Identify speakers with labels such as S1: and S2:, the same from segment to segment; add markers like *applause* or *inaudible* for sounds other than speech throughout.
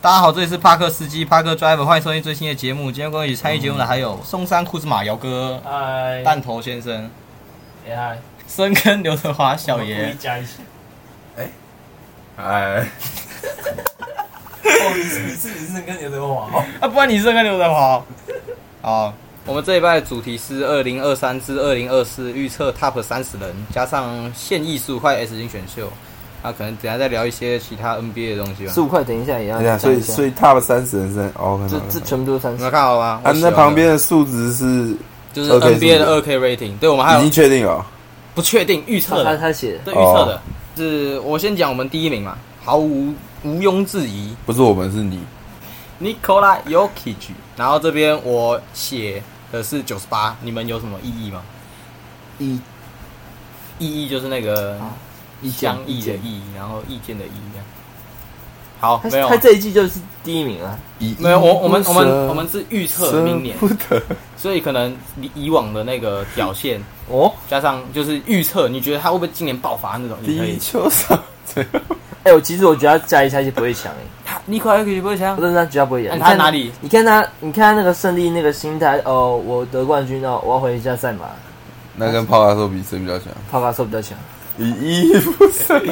S1: 大家好，这里是帕克司机帕克 Driver，欢迎收听最新的节目。今天跟我一起参与节目的还有松山裤子马姚哥、
S2: 哎
S3: 嗨，
S1: 弹头先生、
S3: 也嗨，
S1: 深坑刘德华小
S3: 我们故
S1: 爷
S3: 意。
S1: *laughs*
S3: 加一起。
S4: 哎，
S3: 哦，你是你是你是跟刘德华哦，
S1: 啊，不然你是跟刘德华。 *laughs* 好，我们这一拜的主题是二零二三至二零二四预测 Top 三十人，加上现役十五块 S 型选秀。那、可能等一下再聊一些其他 NBA 的东西吧
S2: 十。五块，等一下也要
S4: 等一下，
S2: 讲
S4: 所以
S2: 一下。
S4: 啊所以 top 三十人生哦，很
S2: 这
S4: 好
S2: 这
S4: 很好
S2: 全部都是三
S1: 你
S2: 十
S1: 们。看好吗？
S4: 啊，
S1: 我喜
S4: 那
S1: 欢的
S4: 旁边的数值是已
S1: 就是
S4: 2K
S1: NBA 的
S4: 是
S1: 二 K rating，对我们还有
S4: 经确定了，
S1: 不确定预测
S2: 他
S1: 的
S2: 他。他写的
S1: 这预测
S2: 哦
S1: 的、是我先讲我们第一名嘛，毫无毋庸置疑
S4: 不是我们是你，
S1: ，Nikola Jokic。然后这边我写的是九十八，你们有什么异议吗？
S2: 意
S1: 异议就是那个
S2: 啊意见
S1: 相异的
S2: 意见
S1: 异，然后意见的异这样。好，
S2: 他
S1: 没有啊
S2: 他这一季就是第一名啊，
S4: 一
S1: 没有，我我们
S4: 一
S1: 我们我们是预测
S4: 舍
S1: 明年，
S4: 不得，
S1: 所以可能以以往的那个表现，
S2: 哦，
S1: 加上就是预测，你觉得他会不会今年爆发那种？你可
S4: 第一
S1: 以，
S4: 球上这样
S2: 哎，我其实我觉得他下一下就不会强
S1: *laughs*
S2: 哎，
S1: 他 Nikola Jokic 不会强
S2: 我，认真觉得他不会
S1: 那
S2: 强。
S1: 他哪里
S2: 你看他，你看他那个胜利那个心态，哦，我得冠军哦，我要回家赛马，
S4: 那 *laughs* 跟泡卡兽比谁比较强？
S2: 帕卡兽比较强。
S4: 以一不胜，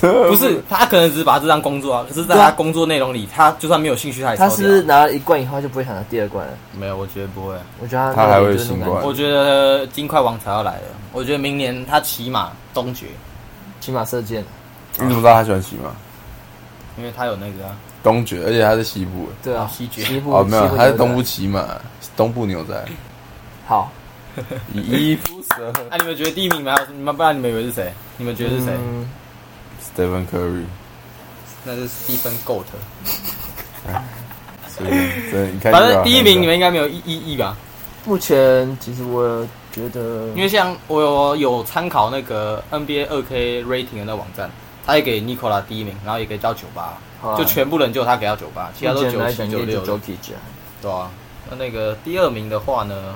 S4: 这
S1: 不是，他可能只是把这当工作啊，可是在
S2: 对啊
S1: 他工作内容里，他就算没有兴趣，他也
S2: 他
S1: 哎超
S2: 是
S1: 屌
S2: 不是拿了一冠以后就不会想拿第二冠了？
S1: 没有？我觉得不会，
S2: 我觉得
S4: 他
S2: 那
S4: 还
S2: 个
S4: 会
S2: 就是那种
S4: 新冠
S2: 感觉
S1: 我觉得金块王朝要来了，我觉得明年他起码东决，
S2: 起码射箭，
S4: 你怎么知道他喜欢骑马？
S1: 因为他有那个啊
S4: 东决，而且他是西部
S2: 对啊
S1: 啊，西决
S2: 西部
S4: 哦，没
S2: 西
S4: 有，
S2: 部
S4: 他是
S2: 牛仔
S4: 东部骑马，东部牛仔，
S2: 好，
S4: 以 *laughs* 一不胜
S1: 啊那、你们觉得第一名吗？你们不然你们以为是谁？你们觉得是谁？
S2: 嗯
S4: ，Stephen Curry，
S1: 那是 Stephen Goat。
S4: *laughs* 所以真的你看就好，
S1: 反
S2: 啊
S1: 正第一名你
S4: 看就好
S1: 们应该没有异异议吧？
S2: 目前其实我觉得，
S1: 因为像我有有参考那个 NBA 二 K rating 的那网站，他也给 Nicola 第一名，然后也给到九八，
S2: 好啊
S1: 就全部人就他给到九八，其他都
S2: 目前
S1: 九
S2: 来
S1: 七
S2: 讲
S1: 九
S2: 也
S1: 六
S2: 就。Jokic 啊
S1: 对啊，那那个第二名的话呢，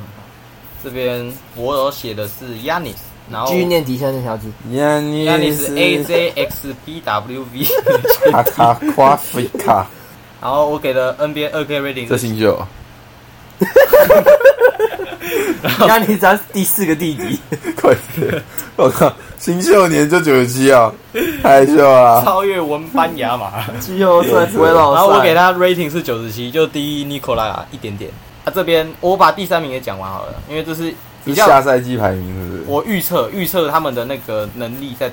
S1: 这边我有写的是 Yanis，然后
S2: 继续念底下那条
S1: *laughs*
S2: 字。
S4: 呀，你
S1: Yanis AJXBWV，
S4: 卡卡夸菲卡，
S1: *laughs* 然后我给的 NBA 二 K rating
S4: 这
S1: 是 *laughs*
S4: 新秀，
S2: 加尼扎是第四个
S1: *laughs*
S2: 弟弟，
S4: 快点！我靠，新秀年就九十七啊，太秀了！
S1: 超越文班亚 *laughs* 马，
S2: 季后赛哦不会落
S1: 然后我给
S2: 他
S1: 他 rating 是九十七，就低于 Nicola 一点点。啊，这边我把第三名也讲完好了，因为这是比
S4: 是
S1: 较
S4: 下赛季排名是不是？
S1: 我预测预测他们的那个能力在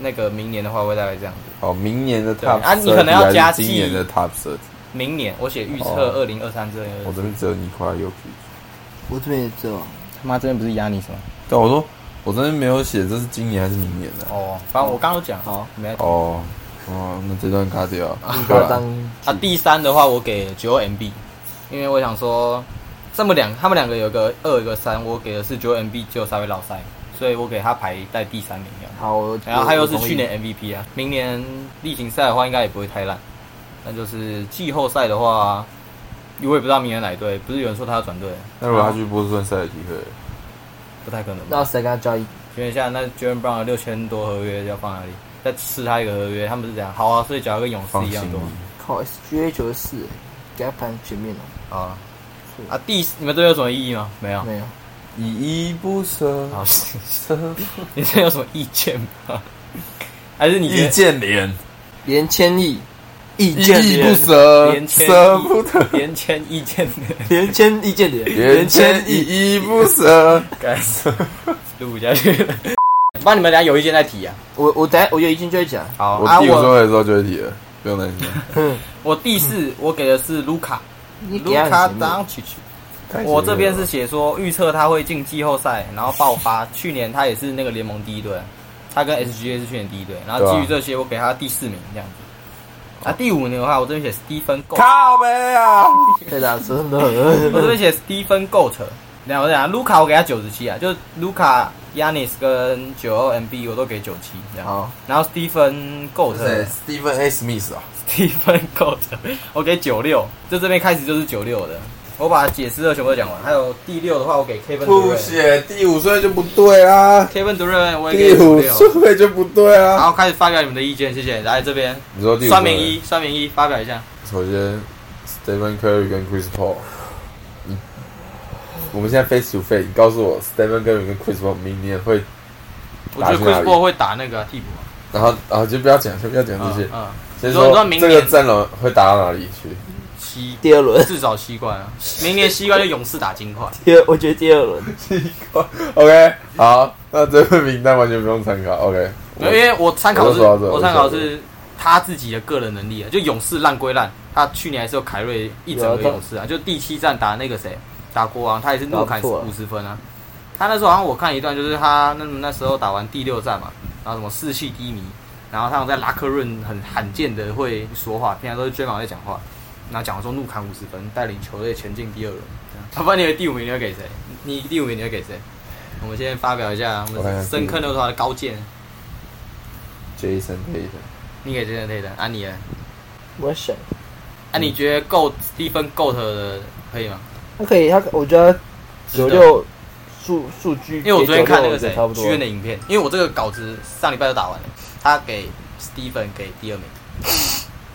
S1: 那个明年的话会大概这样子。
S4: 哦，明年的
S1: 对
S4: top
S1: 啊你可能要
S4: 30
S1: 加
S4: 还是今年的
S1: 计
S4: top 30。
S1: 明年我写预测二
S4: 哦
S1: 零二三这
S4: 我
S1: 个，
S4: 这边只有尼夸尤皮，
S2: 我这边也哦只有
S1: 他妈这边不是 Yanis 吗？
S4: 但我说我这边没有写这是今年还是明年的、
S1: 哦，反正我刚刚都讲好，没啊。
S4: 哦哦，那这段卡掉。
S2: 应
S4: 好
S2: 该
S4: 啦
S2: 当
S1: 啊第三的话，我给九 MB，因为我想说，这么两他们两个有个二有个三，我给的是九 MB，就稍微老塞，所以我给他排在第三名这样
S2: 好，我
S1: 然后他又是
S2: 我同意
S1: 去年 MVP 啊，明年例行赛的话应该也不会太烂。那就是季后赛的话，我也不知道明年哪一队，不是有人说他要转队，
S4: 那如果他去波士顿赛有机会，
S1: 啊不太可能吧。
S2: 那谁跟他交易？
S1: 请问一下，那 j o r d n Brown 的六千多合约要放哪里？再吃他一个合约，他们是怎样？好啊，所以只要跟勇士
S4: 放
S1: 一
S4: 心
S1: 样多。
S2: 靠 SGA 九十四，给他
S1: 哦
S2: 排前面了，
S1: 好啊，啊第你们这有什么异议吗？没有。
S2: 没有。
S4: 以一不舍，
S1: 好， *laughs* 你这有什么意见吗？ *laughs* 还 *laughs* 是你觉
S4: 易
S1: 得
S4: 建联，
S2: 连千亿，意
S4: 依
S2: 见
S4: 依
S2: 连
S4: 不
S1: *laughs*
S4: 舍
S1: 连，千亿
S4: 舍不得。
S1: *laughs* 连签意见的？
S2: *laughs* 连千意见连
S4: 人间依依不舍，
S1: 该死，录不下去了。 *laughs* 帮你们俩有意见再提啊。
S2: 我我等下我有意见就会讲。
S1: 好
S4: 我
S1: 啊，
S4: 第五
S1: 我
S4: 周的时候就会提了，不用担心。
S2: 哼，
S1: 我第四我给的是卢卡，
S2: 你
S1: 卢
S2: 给他
S1: 卡
S2: 很前面
S1: 当曲曲。 *laughs* 我这边是写说预测他会进季后赛，然后爆发。去年他也是那个联盟第一队，他跟 SGA 是去年第一队。然后基于这些，我给他第四名这样子。啊，第五名的话，我这边写 Stephen Goat，
S4: 靠背啊，
S2: 对啦，真的。
S1: 我这边写 Stephen Goat。然后我讲卢卡，我给他九十七啊，就是卢卡、Yanis 跟九二 MB 我都给九七这样。
S2: 好，
S1: 然后 Stephen Goat、
S4: ，Stephen A. Smith 啊，
S1: Stephen Goat 我给九六，就这边开始就是九六的。我把解释的全部都讲完。还有第六的话，我给 Kevin
S4: 不
S1: Durant。
S4: 写第五岁就不对啦，
S1: Kevin Durant 我也
S4: 第
S1: 给
S4: 五
S1: 五六。
S4: 岁就不对
S1: 然
S4: 啦。
S1: 后开始发表你们的意见，谢谢。来这边，
S4: 你说第五
S1: 酸
S4: 岁
S1: 民一，酸民一发表一下。
S4: 首先，Stephen Curry 跟 Chris Paul，你我们现在 face to face，你告诉我，Stephen Curry 跟 Chris Paul 明年会，
S1: 我觉得
S4: 打去哪
S1: Chris
S4: 里
S1: Paul 会打那个替补啊。
S4: 然后然后就不要讲，就不要讲这些
S1: 嗯，，嗯
S4: 先
S1: 你说
S4: 说
S1: 你说明
S4: 这
S1: 年
S4: 个阵容会打到哪里去？
S1: 西
S2: 第二轮，
S1: 至少西冠啊，明年西冠就勇士打金块。
S2: 第二，我觉得第二轮
S4: OK，好，那这份名单完全不用参考。OK，
S1: 没有因为我参考
S4: 我
S1: 是，
S4: 就说到这
S1: 我参考
S4: 我就说
S1: 是他自己的个人能力啊。就勇士烂归烂，他去年还是有凯瑞一整个
S2: 有啊他
S1: 勇士啊。就第七站打那个谁，打国王，他也是怒砍
S2: 打不错啊
S1: 五十分啊。他那时候好像我看一段，就是他那那时候打完第六战嘛，然后什么士气低迷，然后他好像在拉克润很罕见的会说话，平常都是追马在讲话，然后讲说怒砍五十分，带领球队前进第二轮。他把你的第五名你会给谁？你第五名你会给谁？我们先发表一下我
S4: 我看
S1: 们
S4: 看
S1: 深坑流团的高见。
S4: Jason Tatum，
S1: 你给 Jason Tatum，啊你呢？
S2: 我选
S1: 啊你觉得 Goat 一分 Goat 的可以吗？
S2: 他可以，他我觉得
S1: 值
S2: 九
S1: 得
S2: 六数数据，
S1: 因为我昨天看那个
S2: 96我觉
S1: 谁
S2: 得差不
S1: g
S2: 多
S1: n 的影片，因为我这个稿子上礼拜就打完了，他给 Steven 给第 *laughs* 二名，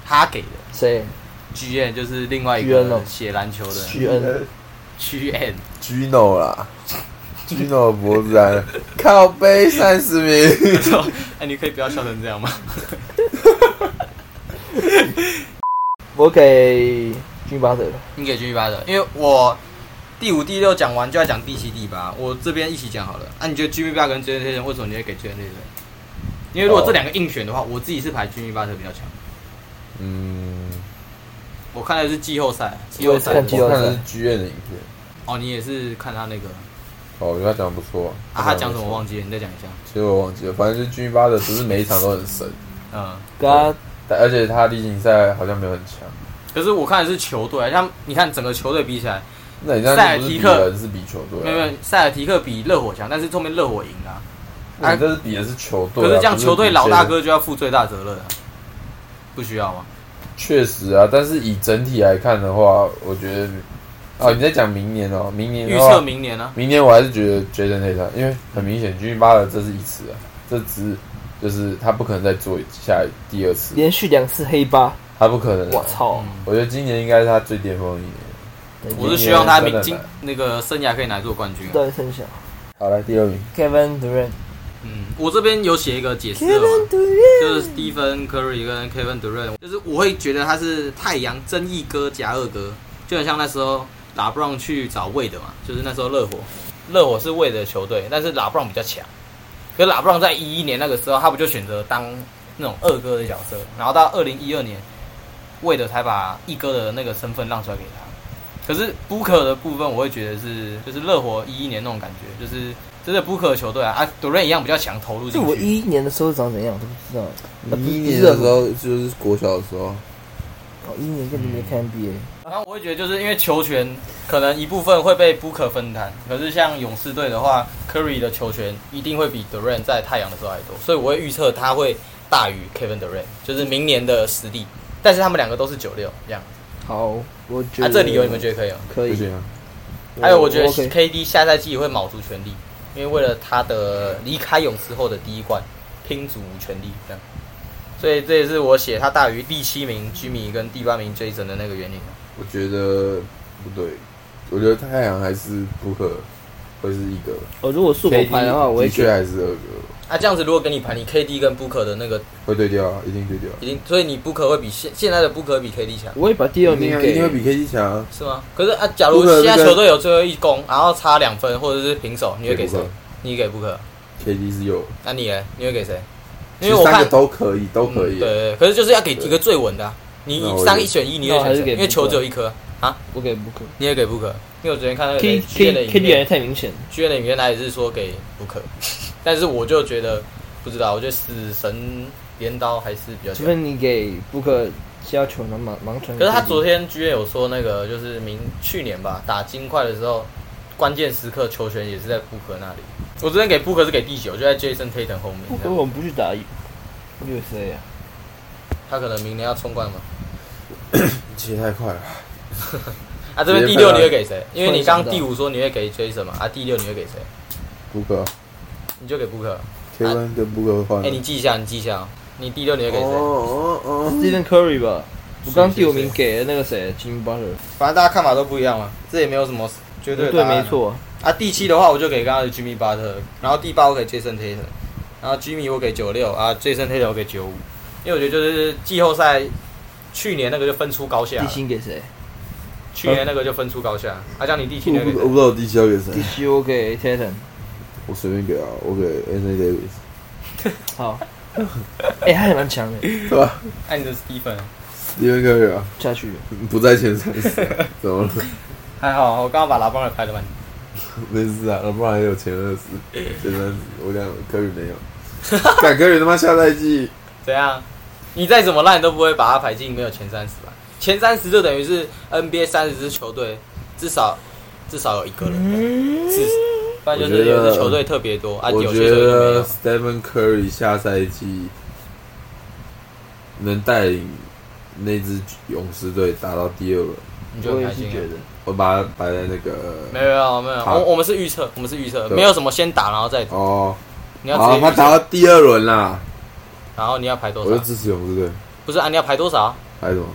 S1: 他给的
S2: 谁
S1: G N 就是另外一
S2: GN
S1: 个
S2: 哦
S1: 写篮球的
S2: G
S4: 呃
S2: N
S1: G *laughs* N，
S4: Gino 啦，Gino 脖子啊，靠背三十名。
S1: 哎你可以不要笑成这样吗？
S2: 我给军巴特，
S1: 你给 G 八的，因为我第五、第六讲完就要讲第七、第八，我这边一起讲好了。啊，你觉得 G 八跟 J N 为什么你会给 J N 因为如果这两个硬选的话，我自己是排 G 八的比较强。
S4: 嗯，
S1: 我看的是季后赛，季
S2: 我
S1: 后
S2: 也是
S1: 赛
S2: 看
S1: 的
S2: 季后
S4: 我
S2: 赛
S4: 看的是 G N 的影片，
S1: 哦，你也是看他那个
S4: 哦，我觉得他讲的不错。
S1: 啊？他讲什么我忘
S4: 记？
S1: 记了，你再讲一下。
S4: 其实我忘记了，反正就是 G 八的，不是每一场都很神，
S1: 嗯，
S2: 跟他
S4: 但而且他例行赛好像没有很强。
S1: 可是我看的是球队，像你看整个球队比起来，
S4: 那你这
S1: 塞尔
S4: 样就不
S1: 提
S4: 是比
S1: 克
S4: 人，是比球队啊。
S1: 没有没有，塞尔提克比热火强，但是后面热火赢了、
S4: 你这是比的是球队啊。
S1: 可是这样
S4: 不
S1: 球队
S4: 比
S1: 老大
S4: 谁
S1: 哥就要负最大责任、啊，不需要吗？
S4: 确实啊，但是以整体来看的话，我觉得哦，你在讲明年哦，明年
S1: 预
S4: 的话
S1: 测明年啊呢、
S4: 明年我还是觉得 Jason Tatum，因为很明显 G 八的这是一次啊，这只是就是他不可能再做下第二次，
S2: 连续两次黑八，
S4: 他不可能、啊
S2: 我！操！
S1: 嗯，
S4: 我觉得今年应该是他最巅峰的一年。
S1: 我是希望他
S4: 明
S1: 明
S4: 年真
S1: 今
S4: 的来
S1: 那个生涯可以拿一座冠军、啊。
S2: 对，很小
S4: 好来第二名，
S2: Kevin Durant。
S1: 嗯，我这边有写一个解释的嘛
S2: Kevin Durant
S1: 就是 Stephen Curry 跟 Kevin Durant，就是我会觉得他是太阳争议哥夹二哥，就很像那时候拉布朗去找魏的嘛，就是那时候热火，热火是魏的球队，但是拉布朗比较强，可是拉布朗在一一年那个时候，他不就选择当那种二哥的角色，然后到二零一二年，魏的才把一哥的那个身份让出来给他。可是 Booker 的部分，我会觉得是就是热火一一年那种感觉，就是真的 Booker 的球队啊，啊 Durant 一样比较强，投入
S2: 这
S1: 进去。
S2: 我一一年的时候长怎样我都不知道。呃不是不是
S4: 候就是国小的时候，
S2: 哦，一年根本没看 NBA。
S1: 然后我会觉得，就是因为球权可能一部分会被 Booker 分摊，可是像勇士队的话，Curry 的球权一定会比 Durant 在太阳的时候还多，所以我会预测他会大于 Kevin Durant，就是明年的实力。但是他们两个都是九六这样，
S2: 好，我觉
S1: 啊，
S2: 得
S1: 这理由你们觉得可以吗？
S2: 可
S4: 不
S2: 以？
S4: 行啊，
S1: 还有，我觉得
S2: OK
S1: KD 下赛季也会卯足全力，因为为了他的离开勇士后的第一冠，拼足全力这样。所以这也是我写他大于第七名 Jimmy 跟第八名 Jason 的那个原因啊。
S4: 我觉得不对，我觉得太阳还是不可会是一个，
S2: 我哦如果是我排的话，我会
S4: 的
S2: 觉
S4: 确
S2: 得
S4: 还是二个
S1: 啊，这样子如果给你排，你 KD 跟 Booker 的那个
S4: 会对调啊，一定对调啊，
S1: 一定，所以你 Booker 会比现现在的 Booker 比 KD 强，
S2: 我会把第二名
S4: 一定会
S2: 给
S4: 比 KD 强啊，
S1: 是吗？可是啊，假如
S4: Booker
S1: 现在
S4: 这个
S1: 球队有最后一攻，然后差两分或者是平手，你会给谁？你给 Booker，
S4: KD 是有，
S1: 那你呢？你会给谁？
S4: 其
S1: 因
S4: 实
S1: 为我
S4: 三
S1: 看
S4: 个都可以，都
S1: 嗯
S4: 可
S1: 对
S4: 以、
S1: 对，对可是就是要给一个最稳的啊、你
S4: 那我
S1: 一三一选一，你会
S2: 那我还
S1: 选
S2: 是
S1: 谁？
S2: 给
S1: 因为球
S2: Booker
S1: 只有一颗，
S2: 我给 Booker。
S1: 你也给 Booker。因为我昨天看那个
S2: K
S1: 谁 G N 的
S2: K
S1: 影
S2: K D 原来
S1: 片
S2: 太明显了，
S1: ，G N 的影片他也是说给 Booker，但是我就觉得不知道，我觉得死神镰刀还是比较
S2: 除
S1: 强。
S2: 非你给 Booker 要求能盲盲传给 KD。
S1: 可是他昨天居然有说那个，就是明去年吧，打金块的时候，关键时刻球权也是在布克那里。我昨天给布克是给第九，就在 Jason Tatum 后面
S2: Booker
S1: 这
S2: 我
S1: 样。
S2: 们不去打 USA 啊，
S1: 他可能明年要冲冠嘛？
S4: 切太快了，
S1: 啊，这边第六你会给谁？因为你刚刚第五说你会给 Jason 嘛，啊，第六你会给谁？
S4: 布克、
S1: 你就给 Booker。
S4: Kevin 跟布克会换
S2: 嗯
S1: 哎、
S4: 了。
S1: 你记一下，你记一下哦。你第六你会给谁？
S4: 哦哦哦！
S2: Stephen Curry 吧。我刚
S1: 谁
S2: 第五名
S1: 谁
S2: 给了那个谁，Jimmy Butler。
S1: 反正大家看法都不一样嘛，这也没有什么绝对的
S2: 对，
S1: 答案
S2: 没。错。
S1: 啊，第七的话我就给刚刚的 Jimmy Butler，然后第八我给 Jason Tatum，然后 Jimmy 我给九六啊，Jason Tatum 我给九五，因为我觉得就是季后赛去年那个就分出高下
S2: 第
S1: 了，
S2: 七给谁？
S1: 去年那个就分出高下。啊，像你第七
S4: 我
S1: 那
S4: 不我不
S1: 个，
S4: 知道我第七要给谁
S2: 第，七我给 Tatum。
S4: 我随便给啊，我给 Anthony Davis，
S1: *laughs*
S2: 好。哎，他也蛮强的，
S4: 对吧？
S1: 哎、你的 Stephen
S4: 第二个啊，
S2: 下去了。
S4: 不在前三
S1: *laughs*
S4: 十，怎么了？
S1: 还好，我刚刚把拉邦尔拍的蛮，
S4: 没事啊，不然也有前二十，前三十，我讲科宇没有，敢科宇他妈下赛季
S1: 怎样？你再怎么烂都不会把他排进没有前三十吧？前三十就等于是 NBA 三十支球队至少至少有一个人，
S4: 嗯
S1: 至不然就是有的球队特别多啊，
S4: 我
S1: 有些
S4: 觉
S1: 球队就没
S4: 得
S1: 有。
S4: Stephen Curry 下赛季能带领那支勇士队打到第二轮，
S1: 你就
S2: 我
S1: 很
S2: 也
S1: 开
S2: 是
S1: 心啊
S2: 觉得。
S4: 我把它摆在那个
S1: 没有没有，
S4: 好
S1: 我我们是预测，我们是预测，
S4: 对
S1: 没有什么先打然后再打，
S4: 哦，
S1: 你要直
S4: 好，
S1: 接
S4: 他
S1: 预测
S4: 打到第二轮啦，
S1: 然后你要排多
S4: 我就
S1: 少？
S4: 支持勇士队，
S1: 不是啊，你要排多少？
S4: 还有什么？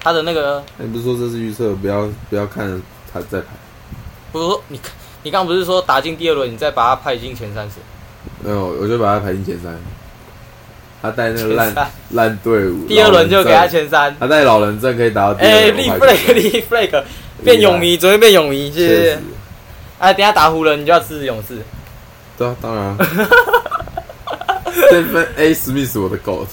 S1: 他的那个
S4: 那你不是说这是预测，不要不要看他在排？
S1: 不是说你你刚刚不是说打进第二轮，你再把他排进前三十？
S4: 没有，我就把他排进前三。他带那个
S1: 前
S4: 烂
S1: 三
S4: 烂队伍，
S1: 第二轮就给他
S4: 前，
S1: 前三。
S4: 他带老人阵可以打到第
S1: 哎
S4: 二
S1: 立
S4: 轮。我排进
S1: flag 立 flag，变勇迷，昨天变勇迷，谢
S4: 确
S1: 谢
S4: 实。，
S1: 哎，等一下打湖人你就要支持勇士。
S4: 对啊，当然啊。这份 A 史密斯我的 GOAT，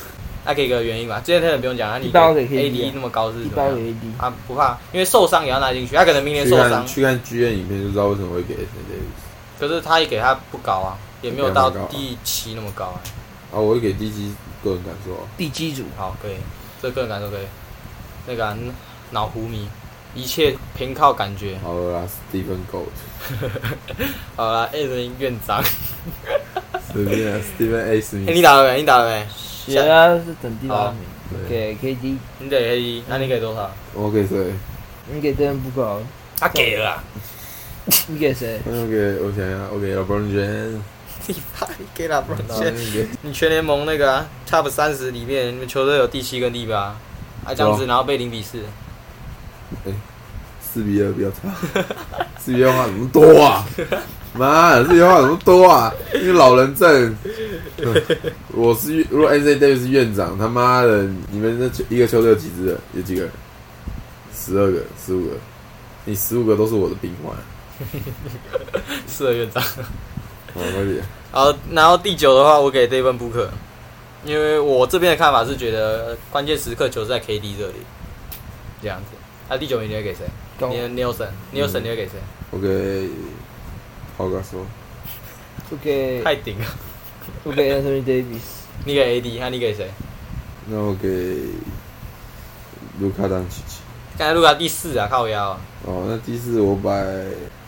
S1: 那啊给个原因吧，之前他也不用讲啊，你
S2: 一包给 KD 啊
S1: AD 那么高是怎
S2: 一
S1: 么
S2: 包给
S1: 样？
S2: AD。
S1: 啊，不怕，因为受伤也要拿进去，他可能明年
S4: 去
S1: 受伤
S4: 看，去看剧院影片就知道为什么会给 Anthony Davis
S1: 可是他也给他不高啊，也没有到
S4: 也没有高啊
S1: 第七那么高啊。
S4: 啊，我会给 DG 个人感受啊，
S2: 第七组，
S1: 好，可以，这个人感受可以。那个啊嗯脑糊迷，一切凭靠感觉。
S4: 好了啦，Stephen GOAT，
S1: 好啦，艾伦院长，
S4: 随
S1: *laughs*
S4: 便啊，Stephen A 史
S1: 哎
S4: 密
S1: 你
S4: 斯，
S1: 打了没？你打了没？
S2: 写啊是等第八名，
S4: 对，
S2: 给 KD，
S1: 你给黑衣，那你给多少？
S4: 我给谁？
S2: 你给 d a n 不高，
S1: 他给了啊，
S2: 你给谁？
S4: 我给我想想，我给 LeBron James，
S1: *laughs* 你怕你嗯给了不然
S4: 然后
S1: 全
S4: 给
S1: 你全联盟那个啊 Top 三十里面，你们球队有第七跟第八，啊这样子，然后被零比四，
S4: 四比二比较差，四比二话怎么多啊？妈，四比二话怎么多啊？因为老人证，我是如果 N C Davis 是院长，他妈的，你们那球一个球队有几支人？有几个人？十二个，十五个，你十五个都是我的兵患，
S1: 四的院长。
S4: 我合理。
S1: 然后，然后第九的话，我给 d a v i d Booker，因为我这边的看法是觉得呃关键时刻球是在 KD 这里，这样子。那、第九名你会给谁？
S2: 高
S1: 你的 Nelson，Nelson
S4: 嗯
S1: 你会给谁？
S4: 我给浩哥说，
S2: 我给
S1: 太顶了！
S2: 我给 Anthony Davis，
S1: 啊你给 AD，那你给谁？
S4: 那我给卢卡当奇奇。
S1: 刚才卢卡第四啊，靠腰、啊。
S4: 哦，那第四我摆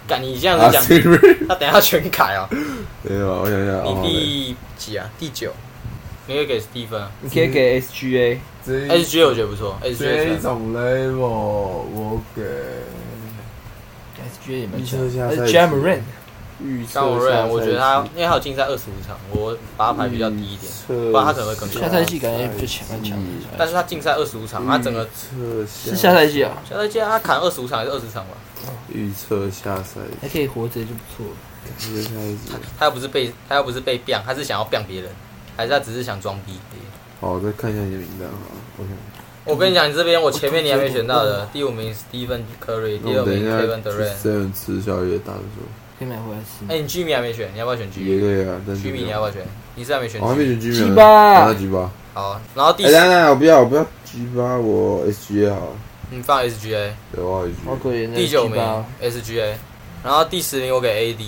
S1: 干你这样
S4: 阿
S1: 子讲，
S4: 西瑞，
S1: 他等一下全改
S4: *laughs*
S1: 哦。
S4: 没有啊，我想想，
S1: 你第几啊？第九，你会给 Stephen
S2: 你可以给 SGA，
S4: 第
S1: SG，我觉得不错，SG
S4: 这
S1: 也
S4: 一
S1: 算
S4: 种 level 我给
S2: SGA 也蛮
S4: 预
S2: 强呃
S4: 测下赛季
S2: ，Jam Rain
S4: 预测
S1: 刚我
S4: 下赛
S1: 瑞，
S4: 季
S1: 我觉得他因为他有竞赛二十五场，我把他排比较低一点，
S4: 嗯
S1: 不然他可能会更
S2: 下
S1: 强。
S2: 赛季感觉比较强，蛮强的。
S1: 但是他竞赛二十五
S4: 嗯
S1: 场，他整个
S4: 预测下
S2: 是下赛季啊，
S1: 下赛季他砍二十五场还是二十场吧？
S4: 预测下赛季，
S2: 还可以活着就不错了。
S4: 预测下赛季。
S1: 他又不是被他又不是被 b 他是想要 b 别人，还是他只是想装逼？
S4: 好，我再看一下你的名单啊，我想，
S1: 我跟你讲，你这边我前面你还没选到的，第五名 Stephen Curry，第
S4: 那
S1: 二
S4: 我等一
S1: 名
S4: 下
S1: Kevin
S4: 去
S1: Durant。
S4: Seven 吃宵夜打的时
S2: 可以买回来吃。
S1: 哎，你 Jimmy 还没选，你要不要选
S4: 候，也
S1: Jimmy？Jimmy
S4: 可以啊，但是
S1: 你要不要选？你是还没选
S4: 我还没
S1: Jimmy？
S4: 选 G 啊
S2: 鸡
S4: 八，
S2: 巴
S4: 打鸡巴。
S1: 好，然后第
S4: 哎，等一下
S1: 四
S4: 等一下，我不要，我不要 G 八，我 SGA 好了，
S1: 你放 SGA，
S4: 对，我好一句。
S2: 我给那个
S1: 第九
S2: 鸡
S1: 名
S2: 巴
S1: SGA，然后第十名我给 AD，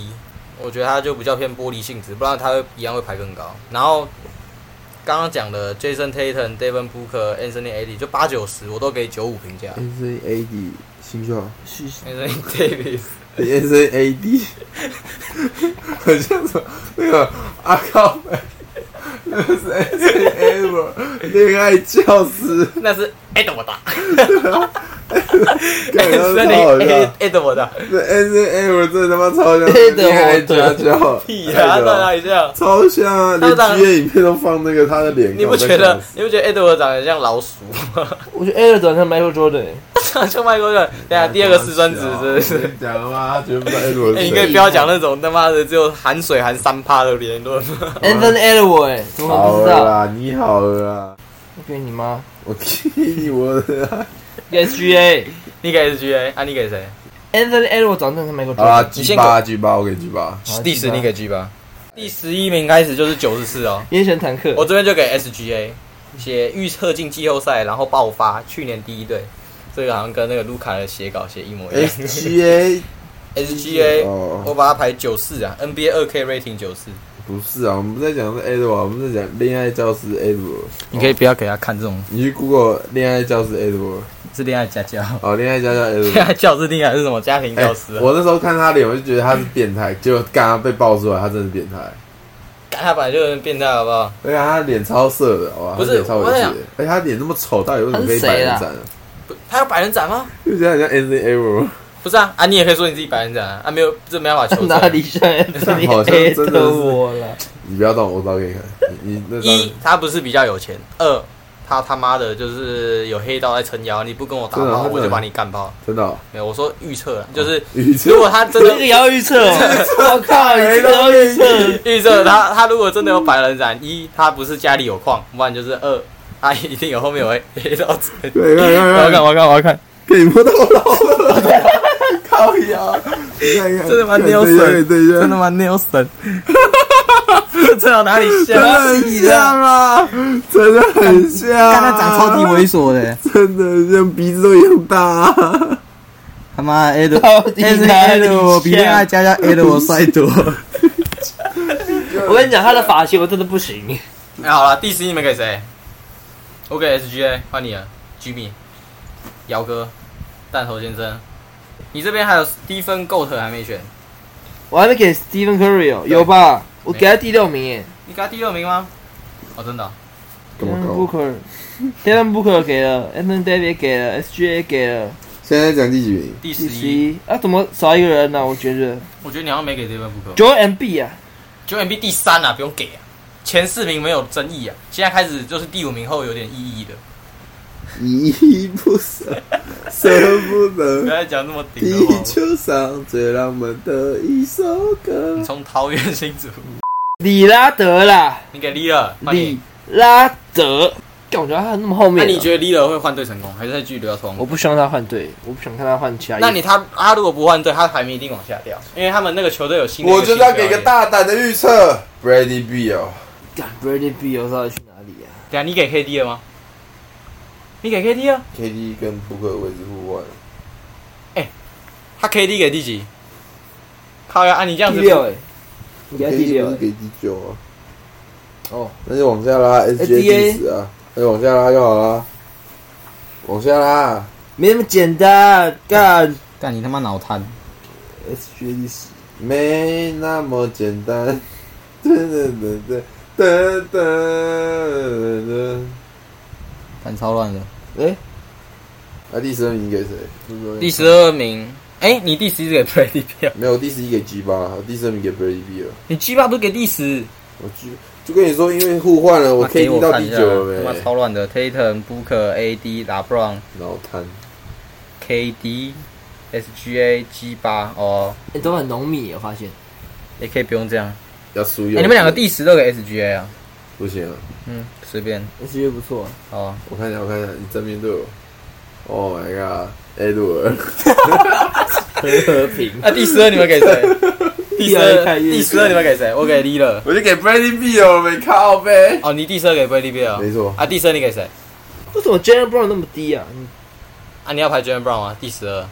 S1: 我觉得他就比较偏玻璃性质，不然他会一样会排更高。然后刚刚讲的 Jason Tatum、Devin Booker、Anthony AD 就八九十我都给九五评价。
S4: N C A D 新秀
S2: 是
S4: 哎
S1: Anthony Davis，
S4: ，N C A D，很像什么那个阿靠，那个是 N C A 恋爱教师，
S1: 啊那是 Edward，
S4: 干
S1: *laughs*
S4: 他妈
S1: 森林
S4: 超好
S1: A
S4: 笑，
S1: A 怎么的？
S4: 这 N Z A 我真的他妈超像
S2: 黑的
S4: 恋爱
S2: 我的
S4: 家教，
S1: 屁呀、
S4: 太
S1: 到
S4: 屌了
S1: 哪里像？
S4: 超像啊！
S1: 他
S4: 连
S1: 当然
S4: G A 影片都放那个他的脸，
S1: 你不
S4: 我在
S1: 觉得
S4: 想死？
S1: 你不觉得 Edward 长得像老鼠吗？ *laughs*
S2: 我觉得 Air 短像
S4: *laughs*
S2: Michael Jordan，
S1: 长得像麦克的。等一下啊第二个私生子是不是？
S4: 讲了吗？他绝对不知道 Edward
S1: 哎、
S4: 是
S1: 你可以
S4: 谁。
S1: 不要讲那种他妈的只有含水含三趴的言论吗？
S2: Anthony Edward，哎怎么
S4: 好
S2: 不知
S4: 了
S2: 道？
S4: 啦，你好了啦，
S2: 我给你妈
S4: 我踢我的啊。
S2: SGA。
S1: *laughs* 你给 SGA，啊，你给谁？
S2: Anthony Edward 长得像 Michael
S4: 好啦
S2: Jordan，
S4: ，G
S1: 先
S4: 八 G 八，我给 G 八。
S2: 好
S1: 第十，你给 G 吧。第十一名开始就是九十四哦，
S2: 也选坦克。
S1: 我这边就给 SGA，写预测进季后赛，然后爆发，去年第一队。这个好像跟那个卢卡的写稿写一模一样。
S4: S G A
S1: SGA，
S4: 哦
S1: 我把它排九四啊，NBA 二 K rating 九四。
S4: 不是啊，我们不在讲是 Edward，我们在讲恋爱教师 Edward。
S1: 你可以不要给他看这种
S4: 你去 Google 恋爱教师 Edward，
S1: 是恋爱家教，
S4: 哦，恋爱家教 Edward
S1: 恋。爱教师定还是什么家庭
S4: 哎
S1: 教师啊？
S4: 我那时候看他脸，我就觉得他是变态，结果刚刚被爆出来，他真的是变态。
S1: 干他本来就有点变态，好不好？
S4: 而且他脸超色的，好吧？
S1: 不是
S4: 他脸超猥
S1: 我在
S4: 亵
S1: 想
S4: 的，而且他脸那么丑，到底为什么可以
S2: 他是
S4: 百
S2: 谁
S4: 人
S2: 啊
S4: 斩啊？
S1: 不他啊有百人斩吗？
S4: 就觉得很像 N Z Edward，
S1: 不是啊，啊，你也可以说你自己百人斩啊，啊没有，这没办法求证。
S2: *laughs*
S1: 啊
S2: 哪里像
S4: *laughs*
S2: Anthony
S4: 好像真的是
S2: Edward 了？
S4: 你不要动，我找给你看。你你那
S1: 一
S4: 张，
S1: 他不是比较有钱；二，他他妈的就是有黑道在撑腰，你不跟我打
S4: 真的
S1: 炮，
S4: 他
S1: 我
S4: 真
S1: 就
S4: 的
S1: 把你干爆。
S4: 真的哦，
S1: 没有，我说预测啊，就是
S4: 宇宙
S1: 如果他真
S2: 这 *laughs* 个
S1: 的
S2: 也要预
S4: *laughs*
S2: 测哦！我靠，你这个要预测，
S1: 预测他他如果真的有百人斩，一他不是家里有矿，不然就是二他一定有后面有黑黑道撑。
S4: 对，看
S1: 我要
S4: 看
S1: 看，
S4: 看，
S1: 我要看，我要看，
S4: 可以摸到我 *laughs* 老婆了，靠腰，你看看，
S1: 真的吗
S4: 看
S1: Nelson
S4: 对一下对一下
S1: 真的吗？Nelson，这到哪里像
S4: 真的
S1: 啊？
S4: 很像啊，真的很像，啊
S1: 看他长超级猥琐的，
S4: 真的很像鼻子都一样大啊，
S1: 他妈 A 的
S2: *laughs* 到底
S1: A 的
S2: 哪
S1: A
S2: 里
S1: 的我比恋爱
S2: 像？
S1: 家家 A 的我帅多。
S2: 我跟你讲，他的发型我真的不行。
S1: 那、哎好了，第十一名给谁？我给 SGA，换你了，Jimmy，姚哥，弹头先生。你这边还有 Stephen Goat 还没选，
S2: 我还没给 Stephen Curry 哦，有吧？我给他第六名耶
S1: 你给他第六名吗？哦，真的哦、
S4: 干嘛
S2: ，Devin
S4: 搞？
S2: Booker，Devin Booker 给了，Anthony Davis 给了，SGA 给了，
S4: 现在讲第几名？
S1: 第十
S2: 第十
S1: 一。哦
S2: 一啊，怎么少一个人呢？我觉得
S1: 我觉得你好像没给这边不可。
S2: Joel Embiid 啊，
S1: 九 MB 第三啊，不用给啊。前四名没有争议啊，现在开始就是第五名后有点意义的。
S4: 依依不舍，舍不
S1: 不
S4: 得。
S1: 要再讲那么顶的话
S4: 地
S1: 好
S4: 球上最浪漫的一首
S1: 不好。
S4: 歌
S1: 你。从桃园新竹，
S2: 里拉德啦，
S1: 你给 Leader，换
S2: 里
S1: 你。
S2: 拉德。干我觉得他那么后
S1: 那
S2: 面啊，
S1: 你觉得 Leader 会换队成功，还是继续留到窗？
S2: 我不希望他换队，我不想看他换其他。
S1: 那你他他如果不换队，他排名一定往下掉，因为他们那个球队有新的。
S4: 我就是要给个。大胆的预测，Brady b 哦，
S2: 干 Brady b e 到底去哪里啊？
S1: 等下你给 KD 了吗？你给啊 KD 了？
S4: KD 跟布克位置互换，
S1: 他 KD 给第几？靠呀！啊，你这样子
S2: 第六哎，你给他第
S4: KD 不
S2: 六欸
S4: 是给第九啊，
S2: 哦，
S4: 那就往下拉，SJ
S1: 哎
S4: 第
S2: SGA
S4: 十啊，那就往下拉就好啦，往下拉
S2: 没那么简单，干
S1: 干你他妈脑瘫！
S2: SG 第十，
S4: 没那么简单， *laughs* 噔噔噔噔噔噔噔，
S1: 反超乱的。
S2: 哎，
S4: 那啊第十二名给谁？
S1: 第十二名，哎， *laughs* 你第十一给 Brady 票，
S4: 没有，第十一给 G 八，第十二名给 Brady B 了。
S1: 你 G 八不是给第十？
S4: 我就就跟你说，因为互换了，我
S1: 妈给
S4: KD 到
S1: 看
S4: 第
S1: 一下
S4: 九了
S1: 他妈
S4: 没？
S1: 超乱的，Tatum、Booker、AD、LeBron、
S4: 脑瘫，
S1: KD、SGA、G 八哦，
S2: 你都很浓密，我发现。
S1: 也可以不用这样。
S4: 要输
S1: 哎、
S4: 有。
S1: 你们两个第十都给 SGA 啊？
S4: 不行啊！
S1: 嗯，随便
S2: SG 不错，
S1: 好啊。
S4: 我看一下，我看一下，你正面对我。Oh my god，Edward，
S2: 很和平。
S1: 啊，第十二你们给谁？
S2: *laughs*
S1: 第十
S2: 越
S1: 二，
S2: 看越
S1: 第十二你们给谁？我给 l e a d
S4: 我就给 Brady B 哦，没靠呗。
S1: 哦，你第十二给 Brady Bill，
S4: 没错
S1: 啊，第十二你给谁？
S2: 为什么 Jalen Brown 那么低啊？嗯
S1: 啊，你要排 Jalen Brown 吗？第十二，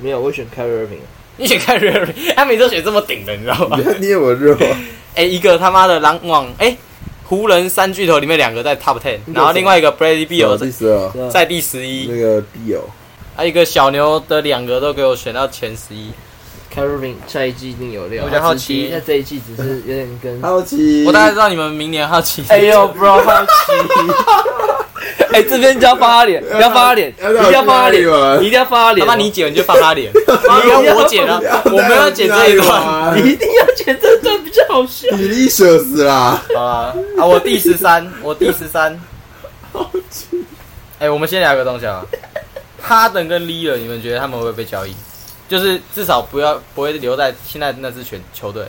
S2: 没有，我选 Kyrie Irving。
S1: 你选 k y r i 他每周选这么顶的，你知道
S2: *laughs*
S1: 吗 *laughs*
S4: 你？要捏我肉啊，
S1: 哎、一个他妈的篮网，哎、湖人三巨头里面两个在 Top Ten，
S2: 你给谁
S1: 然后另外一个 Brady Bill
S4: 第
S1: 在
S4: 十二，
S2: 对啊
S1: 在第十
S4: 那
S1: 一，
S4: 个 B 哦，
S1: 啊，一个小牛的两个都给我选到前十一。
S2: Kyrie Irving 下一季一定有料。
S1: 我觉得好奇
S2: 他只是低他这一季只是有点跟。
S4: 好奇。
S2: 哎
S1: 我大概知道你们明年好奇，
S2: *laughs* 哎呦，bro，好奇。哎，这边就要放他脸，你要放他脸，
S4: 要
S2: 你一定要放他脸
S4: 要要，
S2: 你一定要放他
S1: 他
S2: 脸，
S1: 妈你剪你就翻他
S2: *laughs*
S1: 脸，妈
S2: 要
S1: 我剪啊，我们要剪这一段。
S4: 啊
S2: 你一定要哎觉得这段比较好笑。 *laughs*
S4: 比利舍死啦！
S1: 好啦，啊，我第十三，我第十三。哎、我们先聊个东西啊，哈登跟利勒，你们觉得他们会不会被交易？就是至少不要不会留在现在那支全球队，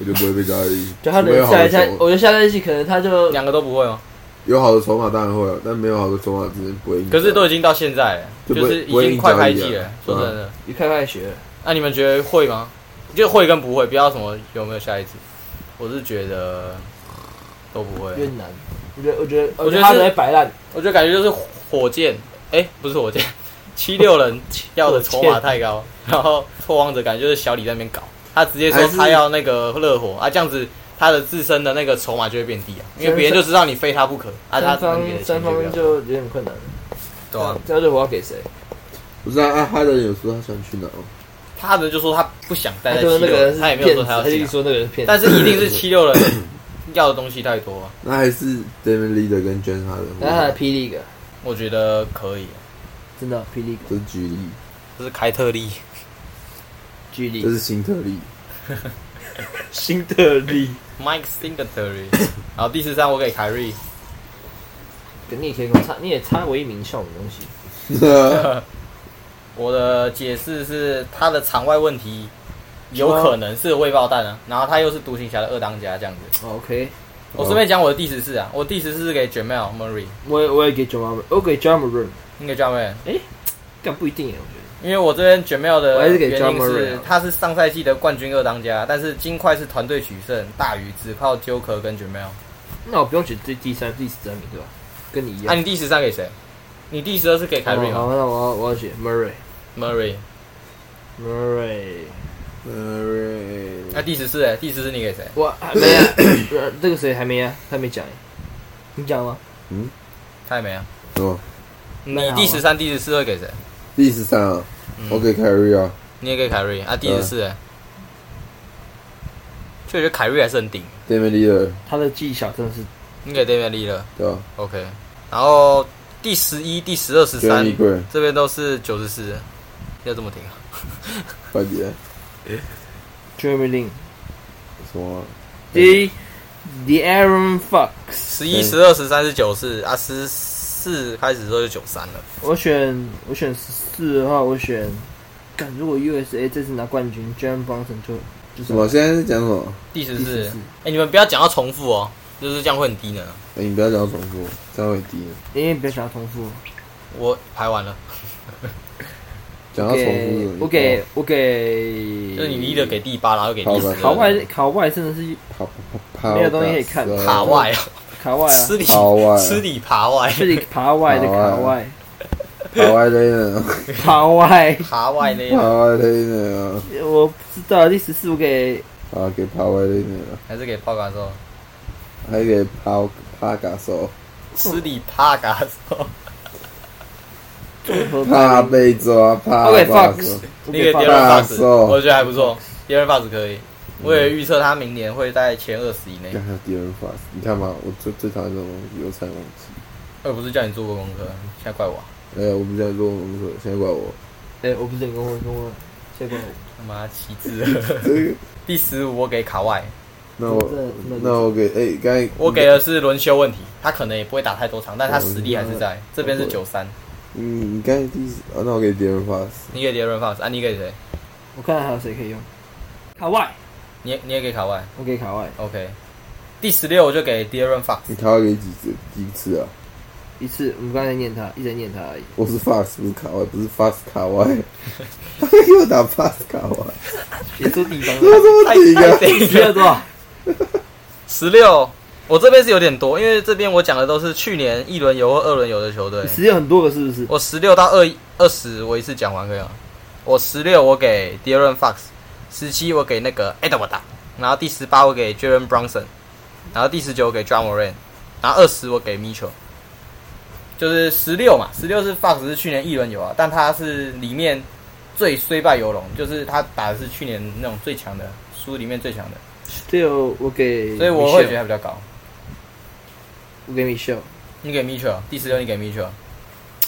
S4: 我就不会被交易。
S2: 就他
S4: 没有
S2: 的
S4: 好
S2: 下
S4: 的
S2: 一赛，
S4: 筹
S2: 我觉得下赛季可能他就
S1: 两个都不会吗？
S4: 有好的筹码当然会，有，但没有好的筹码之前不会赢。
S1: 可是都已经到现在了，
S4: 就
S1: 就
S4: 不会
S1: 是已经快开季了。
S4: 不会
S1: 说
S4: 赢交易啊
S1: 真的，
S2: 你开开学了，
S1: 那、你们觉得会吗？就会跟不会，不要什么有没有下一支，我是觉得都不会。
S2: 越难。我觉得，我觉得，
S1: 我觉得
S2: 他
S1: 是
S2: 在摆烂，
S1: 我就感觉就是火箭，哎、不是火箭， *laughs* 七六人要的筹码太高，然后拓荒者感觉就是小李在那边搞，他直接说他要那个热火啊，这样子他的自身的那个筹码就会变低啊，因为别人就知道你非他不可啊，他
S2: 三
S1: 那
S2: 方
S1: 边的
S2: 三
S1: 钱就
S2: 方
S1: 不要
S2: 就有点困难了。
S1: 对啊，
S2: 这热火要给谁？
S4: 不是啊，啊哈登有说他想去哪哦？
S1: 他的就说他不想待
S2: 他
S1: 在
S2: 说
S1: 七
S2: 那
S1: 六
S2: 个人
S1: 人，
S2: 是
S1: 他也没有
S2: 骗
S1: 说
S2: 子，
S1: 他要
S2: 他就
S1: 进啊，
S2: 说那个人是骗子。
S1: 但是一定是七六人 *coughs* 要的东西太多啊，
S4: 那还是 David Leader 跟 j a m e 哈
S2: 然后他的
S4: 登，
S2: 霹雳哥，
S1: 我觉得可以，
S2: 真的霹雳
S4: 这是举例，
S1: 这是开特利，
S2: 巨
S4: 这
S2: 力，
S4: 是新特例。
S2: *laughs* 新特利，
S1: Mike Singletary，然 *coughs* 后第十三我给凯瑞。
S2: 你也可以跟我差，你也差我一名像我的东西。
S1: 我的解释是，他的场外问题有可能是未爆弹啊，然后他又是独行侠的二当家这样子。
S2: 哦 OK，
S1: 我顺便讲我的第十四啊，我第十四是给 Jamal Murray，
S2: 我也我也给 Jamal，我给 Jamal Room，
S1: 那个 Jamal，
S2: 但不一定耶，我觉得。
S1: 因为我这边 Jamal
S2: 我还
S1: 的
S2: 是给
S1: 原
S2: Ja
S1: 因
S2: Morant
S1: 是
S2: 啊
S1: 他是上赛季的冠军二当家，但是金块是团队取胜大于只靠 Joker 跟 Jamal。
S2: 那我不用选最第三、第十三名对吧？跟你一
S1: 那、啊、
S2: 样。
S1: 你第十三给谁？你第十二是给凯瑞
S2: 好，
S1: 吗
S2: 好那我要我要选 Murray。
S1: ？Murray。
S2: Murray，
S1: 那、第十四哎，第十四你给谁？
S2: 我还没啊， *coughs* 呃这个谁还没啊？他没讲耶，你讲吗？
S1: 他也没啊。
S4: 哦，
S1: 你
S2: 那好啊
S1: 第十三、第十四会给谁？嗯
S4: 第十三啊，
S2: 嗯
S4: 我给 Carry 啊，
S1: 你也给凯瑞啊？第十四，就觉得凯瑞还是很顶。
S4: David Leader
S2: 他的技巧真的是
S1: 你给 David Lee 了
S4: 对吧
S1: ，OK。然后第十一、第十二、十三
S4: ？Jeremy Green
S1: 这边都是九十四，要这么顶啊？
S4: 快点，
S2: Jeremy Lin，
S4: 什么啊？
S2: 第一 The Aaron Fox，
S1: 十一、十二、十三是九四啊，十四开始之后就九三了。
S2: 我选我选十四的话，我选，干如果 USA 这次拿冠军 j a m Brunson 就就是
S4: 什么？现在在讲什么？
S1: 第十
S2: 第
S1: 四
S2: 14，
S1: 哎，你们不要讲到重复哦，就是这样会很低能啊。
S4: 哎，你不要讲重复，这样会低。
S2: 因为不要想要重复，
S1: 我排完了，
S4: 讲到重
S2: 给
S4: 复，
S2: 我给我给，
S1: 就是你 leader 给第八，然后给第
S4: 好
S1: 十
S4: 吧
S2: 卡
S1: 二
S4: 好，
S2: 外卡外真的是
S4: 跑跑跑，
S1: 卡外啊，
S2: 卡外啊，
S1: 吃里
S4: 好外
S1: 吃里扒外，
S2: 这里卡外的卡
S4: 卡
S2: 外
S4: 外跑外的呢，
S2: 卡外，
S1: 爬外那样
S4: 跑外的呢，
S2: 我不知道第十四我给
S4: 啊，给跑外的呢，
S1: 还是给报告说
S4: 还给跑帕嘎手，
S1: 吃里扒嘎说。
S2: 综合
S4: 怕
S2: 排名
S4: 啊被抓，怕
S2: 我给
S4: 被抓。
S2: Fox，我
S1: 那个
S2: 给
S1: 第
S2: Fox，
S1: 二
S4: Fox
S1: Fox，
S4: 哦
S1: 我觉得还不错，第二 Fox 可以。我也预测他明年会在前二十以内
S4: 刚。才第二发，你看嘛，我最最讨厌这种东西，我才忘记。
S1: 我也不是叫你做过功课，现在怪我啊，
S4: 哎、我们在做功课，现在怪我。
S2: 哎，我不是你跟我跟我，结果我
S1: 他妈旗帜。
S4: 这个，
S1: 第十五我给卡外，
S4: 那我那我给哎，刚、才
S1: 我给的是轮休问题，他可能也不会打太多场，但他实力还是在。这边是九三，
S4: 嗯，你刚才第啊，那我给第二发。
S1: 你给第二 Fox，啊，你给谁？
S2: 我看还有谁可以用，卡外，
S1: 你也你也给卡外
S2: 我给卡外
S1: ，OK。第十六我就给第二 Fox，
S4: 你卡外给几次？几次啊？
S2: 一次，我们刚才念他，一直在念他而已。
S4: 我是 Fox，不是卡外，不是 Fox 卡外。
S1: *laughs*
S4: 他给我打 Fox 卡外，
S2: 也是地方
S4: *laughs* 我
S1: *laughs*
S4: 怎么
S1: 太
S4: 顶啊？
S1: 太
S2: 第二多少？
S1: 十六，我这边是有点多，因为这边我讲的都是去年一轮游或二轮游的球队。
S2: 十有很多个是不是？
S1: 我十六到二二十，我一次讲完可以吗？我十六我给 Darren Fox，十七我给那个 Edward，然后第十八我给 Jalen Brunson，然后第十九我给 j o h n Moran，然后二十我给 Mitchell。就是十六嘛，十六是 Fox 是去年一轮游啊，但他是里面最虽败犹荣，就是他打的是去年那种最强的书里面最强的，
S2: 对哦，我给 Michelle，
S1: 所以我会觉得他比较高。
S2: 我给 Michelle，
S1: 你给 Mitchell 第十六，你给 Mitchell。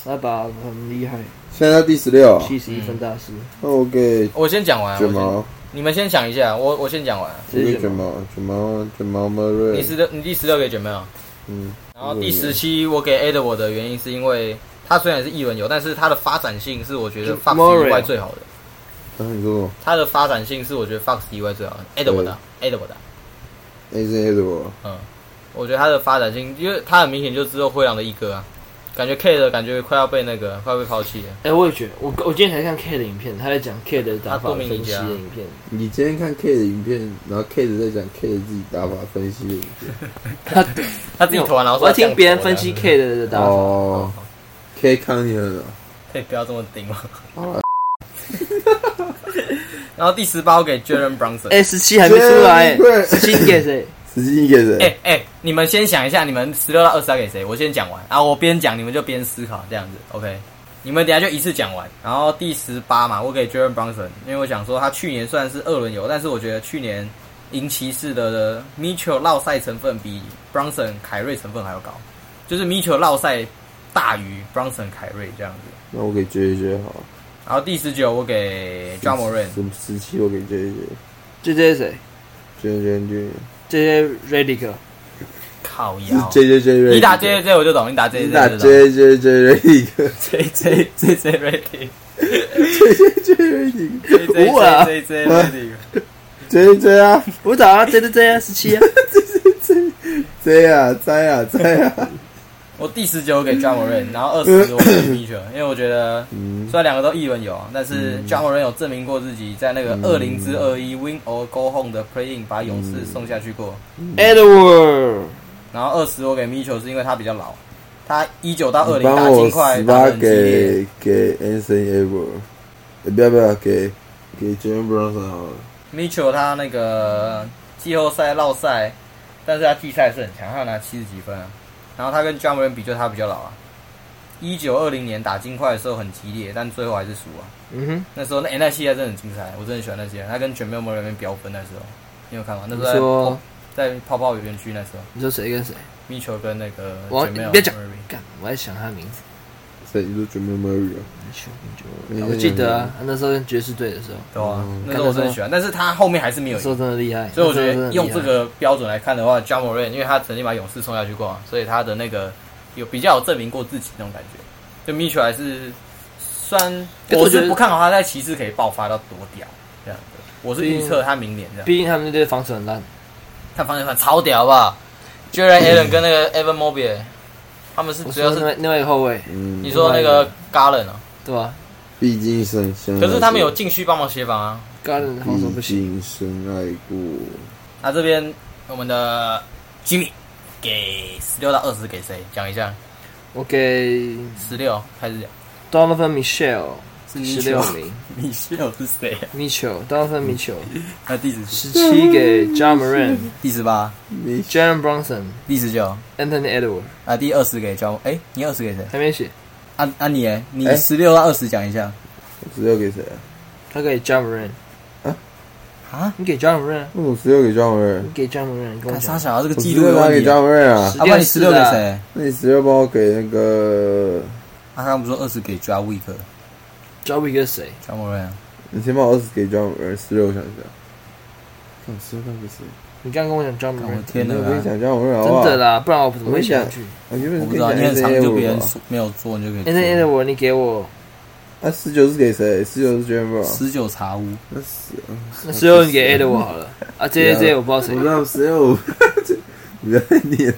S2: 那把很厉害，
S4: 现在到第十六啊
S2: 七十一分大师，
S4: 我给
S1: 我先讲完，啊
S4: 卷
S1: 我先
S4: 毛，
S1: 你们先想一下，我我先讲完。啊
S4: 我给
S2: 这是
S4: 卷毛，卷毛，卷毛 m u
S1: 你十六，你第十六给卷没有？
S4: 嗯，
S1: 然后第十期我给 Ad 我的原因是因为他虽然是一轮游，但是他的发展性是我觉得
S2: 就
S1: Fox
S2: Murray
S1: 以外最好的。
S4: 刚刚你说
S1: 他的发展性是我觉得 Fox 以外最好的。Ad 我的，Ad 我的，
S4: 什么 a z 的我，
S1: 嗯，我觉得他的发展性，因为他很明显就只有灰狼的一哥啊，感觉 K 的感觉快要被那个快要被抛弃了。
S2: 哎、我也觉得，我我今天才看 K 的影片，他在讲 K 的打法
S1: 他多米尼
S2: 分析
S1: 加
S2: 的
S4: *laughs*
S2: 影片，
S4: 你今天看 K 的影片，然后 K 的在讲 K 的自己打法分析的影片，
S2: 他
S1: 他自己投完，然后
S2: 我
S1: 说哎
S2: 要听别人分析
S1: 这样子
S2: K 的打法，
S4: 哦，K 康尼尔啊，
S1: 可以哎不要这么顶吗？
S4: 好了
S1: 然后第十八我给 Jalen Brunson。
S2: 哎、十七还没出来、哎
S4: 对
S2: 十七给谁？
S4: 十七给谁？
S1: 哎哎、你们先想一下，你们十六到二十要给谁？我先讲完啊，我边讲你们就边思考，这样子，OK？你们等一下就一次讲完。然后第十八嘛，我给 Jalen Brunson，因为我想说他去年虽然是二轮游，但是我觉得去年赢骑士的 Mitchell 绕赛成分比 Brunson 凯瑞成分还要高，就是 Mitchell 绕赛大于 Brunson 凯瑞这样子。
S4: 那我给 J J 好了，
S1: 然后第十九我给 j a m o r a n
S4: 十十七我给 J J。
S2: 这些谁？
S4: J J J，
S2: 这些 Redick
S1: 靠
S4: 是
S1: 腰。
S4: J J J，
S1: 你打 J J 我就懂，你打 J
S4: 你
S1: J
S4: 打
S1: 就懂。
S4: J J J J
S1: J J J J rating。
S4: J J J
S1: J J
S2: 我啊
S1: J J rating。
S4: J J 啊
S2: 我打啊，这这这啊，十七啊，
S4: ，J 啊，在啊，在啊，
S1: 我第十九给 j a m o r a n 然后二十我给 Mitchell，因为我觉得
S4: 嗯
S1: 虽，然两个都一轮游，但是
S4: 嗯
S1: j a m o r a n 有证明过自己在那个
S4: 嗯
S1: 二零之二一 Win or Go Home 的 Play In 把勇士送下去过。
S2: Edward，
S1: 然后二十我给 Mitchell 是因为他比较老，他一九到二
S4: 你
S1: 零打
S4: 帮
S1: 金
S4: 我
S1: 块
S4: 十
S1: 打
S4: 八
S1: 得很激烈，
S4: 给给 Anthony e v e r 不要不要给给 Jalen Brunson 好了，
S1: Mitchell 他那个季后赛绕赛，但是他季赛是很强，他有拿七十几分啊。然后他跟 j a m o r a n 比，就他比较老啊。一九二零年打金块的时候很激烈，但最后还是输啊。
S2: 嗯哼，
S1: 那时候那、欸、那系列真的很精彩，我真的很喜欢那系列。他跟卷面魔人那边飙分那时候，你有看吗？那
S2: 你
S1: 时候哦
S2: 说
S1: 在在泡泡园区那时候，
S2: 你说谁跟谁？
S1: 米球跟那个
S2: 我
S1: 卷面
S2: 你别讲
S1: Murray
S2: 干，我在想他名字，
S4: 所以就准备 Murray 啊，
S2: 我记得啊，那时候跟爵士队的时候，
S1: 对啊，
S4: 嗯
S1: 那时候我真的很喜欢，但是他后面还是没有
S2: 那
S1: 赢
S2: 时，候真的厉害，
S1: 所以我觉得
S2: 那时候真的厉害
S1: 用这个标准来看的话 j a m o r a n 因为他曾经把勇士送下去过嘛，所以他的那个有比较有证明过自己那种感觉。就米球还是虽然
S2: 可是
S1: 我
S2: 我觉得
S1: 是不看好他在骑士可以爆发到多屌这样的，我是预测他明年这样。
S2: 毕竟他们那队防守很烂，
S1: 他防守反超屌，好不好？Jaren Allen 跟那个 Evan Mobley，他们是
S2: 我
S1: 主要
S2: 说
S1: 是
S2: 另外另外一个后卫，
S4: 嗯，
S1: 你说那个 Garland 啊，
S2: 对吧？
S4: 毕竟深相，
S2: 嗯
S1: 可是他们有禁区帮忙协防啊。
S2: 高人防守不
S4: 毕
S2: 行，
S4: 竟深爱过，
S1: 那这边我们的 Jimmy 给十六到二十给谁？讲一下，
S2: 我给
S1: 十六开始讲。
S2: Donovan Mitchell 十
S1: *laughs*
S2: 六名
S1: 米歇尔是谁、啊？
S2: ，Mitchell，Donovan Mitchell
S1: 那第十
S2: 十七给 j a m a r a n
S1: 第十八、
S4: 你
S2: j a r e n Bronson、
S1: 第十九
S2: Anthony Edward
S1: 啊，第二十给交。哎、你二十给谁？
S2: 还没写，
S1: 安安妮，你
S4: 哎
S1: 十六到二十讲一下
S4: 十六给谁啊？
S2: 他给 j a m a r a n
S1: 啊？
S2: 你给 j a m a r a n
S4: 为什么十六给 j o h n
S2: 你给 j a m a r a n 你跟我
S1: 看傻，
S2: 讲
S1: 小，这个
S4: 我
S1: 记
S4: 十
S1: 录
S4: 六
S1: 有
S4: 拿
S1: 问
S4: 给
S1: 题
S4: j
S1: 啊。
S4: o h n 啊，
S1: 要不然你十六给谁？啊
S4: 那你十六帮我给那个，
S1: 他刚不是说二十给 j a w i c
S2: j a w i 跟谁？
S1: j a m o r a n
S4: 你先把我二十给 John，而十六我想一下。看十六看不是，
S2: 你刚刚跟我讲 j a m a
S1: 看
S2: r a
S1: 我
S2: n
S1: 天哪
S4: 我！跟你讲 John，我好
S2: 真
S4: 不
S2: 的
S4: 好？
S2: 啦，不然我怎么会写上去
S4: 我原本
S1: 我
S4: 是
S1: 不
S4: 跟
S1: 知道，
S4: 讲
S1: 你很常
S4: NBA
S1: 就别人
S4: 五吧
S1: 说没有做，你就可
S2: ？Anthony
S1: 以
S2: Edward 你给我，
S4: 啊，十九是给谁？十九是 John 吧？
S1: 十九茶屋，
S4: 那十，
S2: 那十六你给 Edward 好了啊，这些这些我不知道谁
S4: 我。知道十六， *laughs* 你在念，